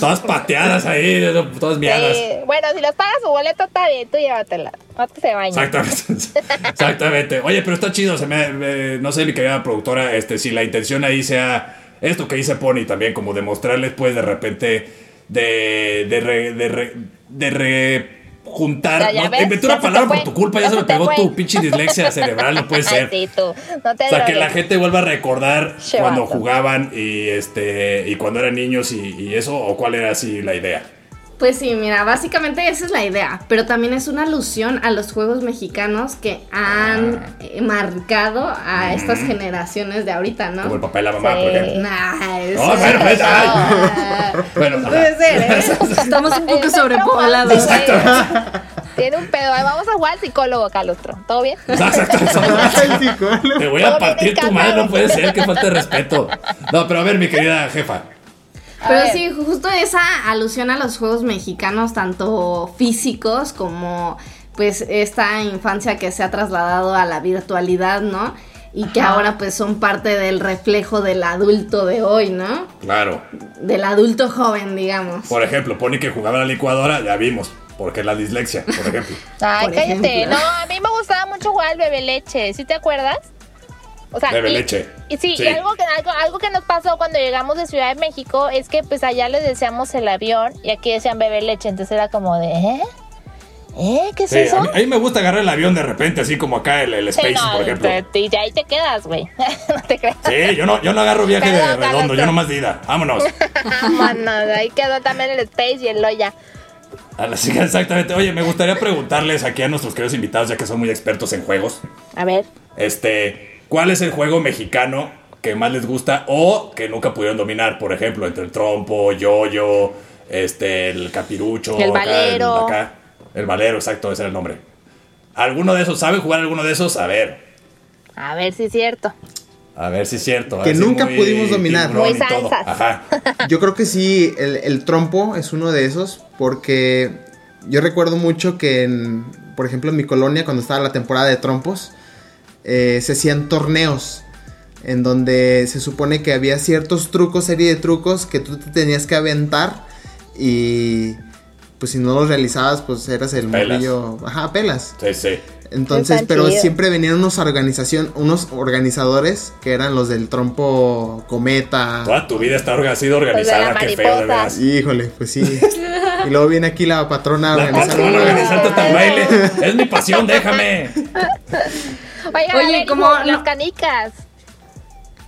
Speaker 4: todas pateadas ahí, todas miadas.
Speaker 3: Sí, Eh, bueno, si los pagas su boleto, está bien, tú llévatela. No que se bañen.
Speaker 4: Exactamente. Exactamente. Oye, pero está chido. Se me, me- no sé, mi querida productora, este, si la intención ahí sea esto que dice Pony también, como demostrarles, pues, de repente, de. de. re- de. re- de re- juntar.
Speaker 3: Ya, ya
Speaker 4: no,
Speaker 3: ves,
Speaker 4: inventé
Speaker 3: ya
Speaker 4: una
Speaker 3: se te
Speaker 4: palabra
Speaker 3: fue,
Speaker 4: por tu culpa,
Speaker 3: ya
Speaker 4: ya se
Speaker 3: se
Speaker 4: me
Speaker 3: te
Speaker 4: pegó
Speaker 3: fue.
Speaker 4: tu pinche dislexia cerebral, no puede ser.
Speaker 3: Ay, sí, tú. No te
Speaker 4: O sea, que la
Speaker 3: drogues.
Speaker 4: gente vuelva a recordar
Speaker 3: Che,
Speaker 4: cuando
Speaker 3: vato.
Speaker 4: jugaban y este y cuando eran niños y, y eso, o cuál era así la idea.
Speaker 7: Pues sí, mira, básicamente esa es la idea, pero también es una alusión a los juegos mexicanos que han
Speaker 4: Ah.
Speaker 7: eh, marcado a estas generaciones de ahorita,
Speaker 4: Como el
Speaker 7: ¿no?
Speaker 4: papá y la mamá,
Speaker 3: Sí.
Speaker 4: por ejemplo.
Speaker 7: Nah,
Speaker 4: No,
Speaker 7: eso-
Speaker 4: bueno, pues, ay.
Speaker 7: Ah,
Speaker 4: Bueno,
Speaker 7: Puede ser, ¿eh? Estamos un poco
Speaker 3: Estoy
Speaker 7: sobrepoblados.
Speaker 3: traumada, güey. Tiene un pedo. Ay, Vamos a jugar al psicólogo, Calostro. ¿Todo bien?
Speaker 4: Exacto, exacto.
Speaker 6: El psicólogo.
Speaker 4: Te voy a
Speaker 3: Todo bien
Speaker 4: partir tu
Speaker 3: encantado.
Speaker 4: madre, no puede ser, que falta de respeto. No, pero a ver, mi querida jefa.
Speaker 3: A
Speaker 7: Pero
Speaker 3: ver.
Speaker 7: sí, justo esa alusión a los juegos mexicanos, tanto físicos como pues esta infancia que se ha trasladado a la virtualidad, ¿no? Y que ahora pues son parte del reflejo del adulto de hoy, ¿no?
Speaker 4: Claro.
Speaker 7: Del adulto joven, digamos.
Speaker 4: Por ejemplo, Pony que jugaba a la licuadora, ya vimos. Porque es la dislexia, por ejemplo.
Speaker 3: Ay,
Speaker 7: Por
Speaker 3: cállate. No,
Speaker 7: ejemplo.
Speaker 3: a mí me gustaba mucho jugar al bebe leche. ¿Sí te acuerdas? O sea,
Speaker 4: Bebe
Speaker 3: y-
Speaker 4: leche.
Speaker 3: Y sí,
Speaker 4: Sí.
Speaker 3: y algo que, algo, algo que nos pasó cuando llegamos de Ciudad de México es que pues allá les decíamos el avión y aquí decían bebe leche. Entonces era como de, ¿eh? ¿Eh? ¿Qué es
Speaker 4: Sí,
Speaker 3: eso?
Speaker 4: a, mí, a mí me gusta agarrar el avión de repente, así como acá el, el
Speaker 3: Sí,
Speaker 4: Space,
Speaker 3: no,
Speaker 4: por ejemplo.
Speaker 3: te- Y ahí te quedas, güey. no te creas.
Speaker 4: Sí, yo no, yo no agarro viaje de
Speaker 3: Perdón,
Speaker 4: redondo,
Speaker 3: Carlos.
Speaker 4: yo nomás de ida. Vámonos.
Speaker 3: Vámonos, ahí quedó también el Space y el Loya.
Speaker 4: A la siga, exactamente. Oye, me gustaría preguntarles aquí a nuestros queridos invitados, ya que son muy expertos en juegos.
Speaker 3: A ver.
Speaker 4: Este, ¿cuál es el juego mexicano que más les gusta o que nunca pudieron dominar? Por ejemplo, entre el trompo, yoyo, este, el capirucho,
Speaker 3: El
Speaker 4: acá,
Speaker 3: valero.
Speaker 4: acá. El valero, exacto, ese era el nombre. ¿Alguno de esos? ¿Saben jugar alguno de esos? A ver.
Speaker 3: A ver si es cierto.
Speaker 4: A ver si es cierto. a
Speaker 6: Que
Speaker 4: ver si
Speaker 6: nunca
Speaker 4: muy
Speaker 6: pudimos dominar.
Speaker 4: tiburón
Speaker 3: Muy
Speaker 4: y todo.
Speaker 3: salsas.
Speaker 4: Ajá.
Speaker 6: Yo creo que sí, el, el trompo es uno de esos, porque yo recuerdo mucho que, en, por ejemplo, en mi colonia, cuando estaba la temporada de trompos, eh, se hacían torneos en donde se supone que había ciertos trucos, serie de trucos que tú te tenías que aventar y pues si no los realizabas, pues eras el
Speaker 4: Pelas.
Speaker 6: morrillo, ajá, pelas.
Speaker 4: Sí, sí.
Speaker 6: Entonces,
Speaker 3: Están
Speaker 6: pero
Speaker 3: chidos.
Speaker 6: siempre venían unos organización, unos organizadores que eran los del trompo cometa.
Speaker 4: Toda tu vida está orga- ha sido
Speaker 3: Pues de
Speaker 4: organizada,
Speaker 3: la
Speaker 4: qué feo, de
Speaker 3: mariposa.
Speaker 4: veras.
Speaker 6: Híjole, pues sí. y luego viene aquí la patrona a
Speaker 4: La
Speaker 6: organizar.
Speaker 4: patrona
Speaker 3: sí.
Speaker 4: organizando hasta el baile. Es mi pasión, déjame.
Speaker 3: Oigan,
Speaker 7: Oye,
Speaker 3: a ver,
Speaker 7: como
Speaker 3: hijo,
Speaker 7: no-
Speaker 3: las canicas.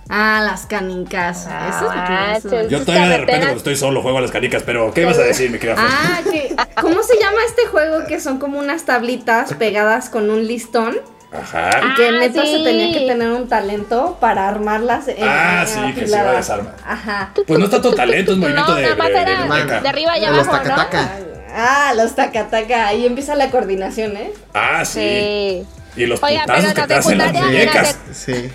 Speaker 7: Ah, las canicas. Eso es lo que me gusta.
Speaker 3: Ah, sí.
Speaker 4: Yo
Speaker 3: Sus
Speaker 4: todavía de repente
Speaker 3: carreteras.
Speaker 4: cuando estoy solo juego a las canicas, pero ¿qué ibas a decir, mi querida Fer?
Speaker 7: Ah, que, ¿cómo se llama este juego que son como unas tablitas pegadas con un listón?
Speaker 4: Ajá.
Speaker 7: Y que
Speaker 3: Ah,
Speaker 7: neta
Speaker 3: sí.
Speaker 7: se tenía que tener un talento para armarlas en
Speaker 4: Ah,
Speaker 7: en
Speaker 4: sí, que se
Speaker 7: afiladas.
Speaker 4: iba a desarmar.
Speaker 7: Ajá.
Speaker 4: Pues no está todo talento, es
Speaker 3: No,
Speaker 4: movimiento de,
Speaker 3: nada más
Speaker 4: de- de
Speaker 3: era
Speaker 4: muñeca.
Speaker 3: de arriba y
Speaker 6: de los
Speaker 3: abajo, ¿no?
Speaker 6: tacataca.
Speaker 7: Ah, los tacataca. Ahí empieza la coordinación, ¿eh?
Speaker 4: Ah, sí.
Speaker 3: Sí.
Speaker 4: Y los
Speaker 3: Oiga, pero
Speaker 4: putazos que
Speaker 3: la
Speaker 4: te hacen las
Speaker 3: secundaria era
Speaker 4: muñecas.
Speaker 6: Sí.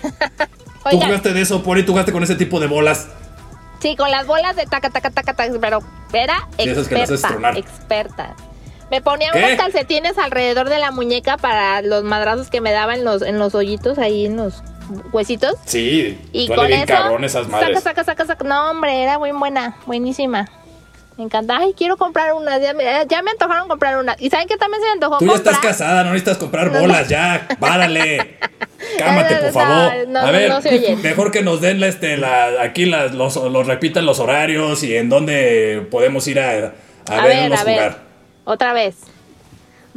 Speaker 4: Tú
Speaker 3: Oigan,
Speaker 4: jugaste de eso, Pori, tú jugaste con ese tipo de bolas.
Speaker 3: sí, con las bolas de taca, taca, taca, taca, pero era
Speaker 4: Sí, esas que las haces
Speaker 3: experta,
Speaker 4: tronar.
Speaker 3: experta. Me ponía
Speaker 4: ¿Qué?
Speaker 3: unos calcetines alrededor de la muñeca para los madrazos que me daban en los, en los hoyitos, ahí en los huesitos.
Speaker 4: Sí,
Speaker 3: Y
Speaker 4: duele
Speaker 3: con
Speaker 4: bien
Speaker 3: eso,
Speaker 4: cabrón esas madres.
Speaker 3: Saca, saca, saca, saca. No, hombre, era muy buena, buenísima. Me encanta. Ay, quiero comprar una. Ya me, eh, ya me antojaron comprar una. ¿Y saben qué también se me antojó
Speaker 4: Tú ya
Speaker 3: comprar?
Speaker 4: estás casada, no necesitas comprar bolas, ya. Párale.
Speaker 3: No,
Speaker 4: Cámate,
Speaker 3: no,
Speaker 4: por favor.
Speaker 3: no,
Speaker 4: a ver,
Speaker 3: no se oye.
Speaker 4: mejor que nos den la, este, la, aquí las, los, los repitan los horarios y en dónde podemos ir a, a, verlos jugar.
Speaker 3: Otra vez.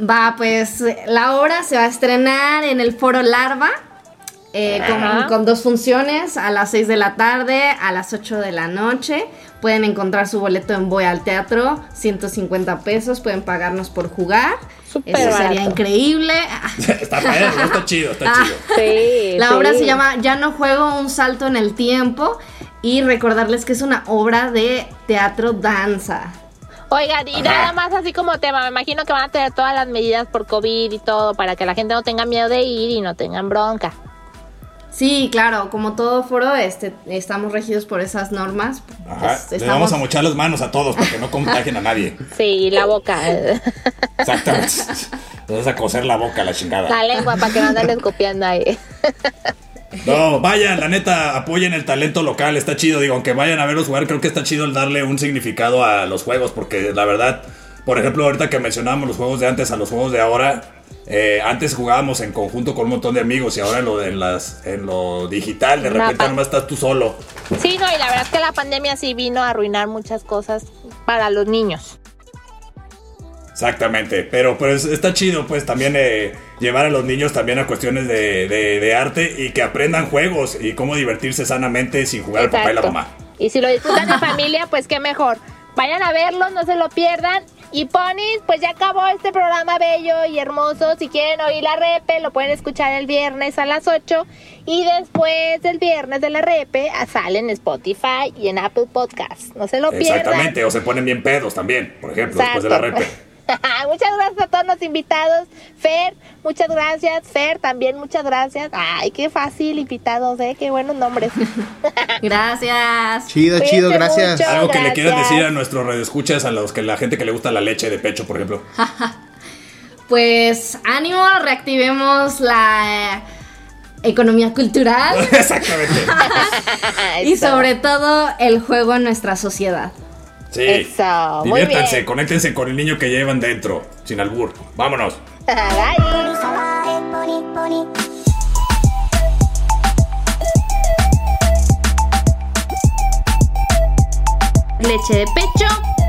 Speaker 7: Va, pues la obra se va a estrenar en el Foro Larva. eh,
Speaker 3: Ajá.
Speaker 7: con, con dos funciones, a las 6 de la tarde, a las 8 de la noche. Pueden encontrar su boleto en Voy al Teatro, 150 pesos, pueden pagarnos por jugar.
Speaker 3: Súper
Speaker 7: Eso sería
Speaker 3: barato.
Speaker 7: increíble.
Speaker 4: está padre, ¿no? está chido, está
Speaker 7: Ah.
Speaker 4: chido.
Speaker 3: Sí.
Speaker 7: La
Speaker 3: sí.
Speaker 7: obra se llama Ya no juego un salto en el tiempo y recordarles que es una obra de teatro danza.
Speaker 3: Oigan, y
Speaker 4: Ajá.
Speaker 3: nada más así como tema. Me imagino que van a tener todas las medidas por COVID y todo para que la gente no tenga miedo de ir y no tengan bronca.
Speaker 7: Sí, claro, como todo foro, este, estamos regidos por esas normas.
Speaker 3: pues
Speaker 4: Ajá.
Speaker 7: Es-
Speaker 4: Les
Speaker 7: estamos-
Speaker 4: vamos a mochar las manos a todos para que no contagien a nadie.
Speaker 3: Sí, y la boca. eh,
Speaker 4: Exactamente. Nos vas a coser la boca, la chingada.
Speaker 3: la lengua para que no anden escupiando ahí.
Speaker 4: No, vayan, la neta, apoyen el talento local, está chido. Digo, aunque vayan a verlos jugar, creo que está chido el darle un significado a los juegos, porque la verdad, por ejemplo, ahorita que mencionábamos los juegos de antes a los juegos de ahora, eh, antes jugábamos en conjunto con un montón de amigos y ahora en lo, de las, en lo digital, de
Speaker 3: Una
Speaker 4: repente
Speaker 3: pa-
Speaker 4: nomás estás tú solo.
Speaker 3: Sí, no, y la verdad es que la pandemia sí vino a arruinar muchas cosas para los niños.
Speaker 4: Exactamente, pero pues está chido pues también eh, llevar a los niños también a cuestiones de, de- de arte y que aprendan juegos y cómo divertirse sanamente sin jugar al papá y la
Speaker 3: Exacto.
Speaker 4: mamá.
Speaker 3: Y si lo disfrutan en familia, pues qué mejor. Vayan a verlo, no se lo pierdan. Y ponis, pues ya acabó este programa bello y hermoso. Si quieren oír la repe, lo pueden escuchar el viernes a las 8. Y después del viernes de la repe, ah, sale en Spotify y en Apple Podcast. No se lo pierdan.
Speaker 4: Exactamente, o se ponen bien pedos también, por ejemplo, después de la
Speaker 3: Exacto.
Speaker 4: repe.
Speaker 3: muchas gracias a todos los invitados. Fer, muchas gracias. Fer, también muchas gracias. Ay, qué fácil, invitados, ¿eh? Qué buenos nombres.
Speaker 7: Gracias.
Speaker 6: Chido,
Speaker 3: Cuídense
Speaker 6: chido, gracias.
Speaker 3: mucho.
Speaker 4: Algo que le quieras
Speaker 3: gracias.
Speaker 4: decir a nuestros radioescuchas, a los que la gente que le gusta la leche de pecho, por ejemplo.
Speaker 7: Pues ánimo, reactivemos la eh, economía cultural
Speaker 4: Exactamente.
Speaker 7: y
Speaker 3: Eso.
Speaker 7: sobre todo el juego en nuestra sociedad.
Speaker 4: Sí.
Speaker 3: Eso, muy
Speaker 4: Diviértanse,
Speaker 3: bien.
Speaker 4: conéctense con el niño que llevan dentro, sin albur. Vámonos.
Speaker 3: Bye.
Speaker 2: Leche de pecho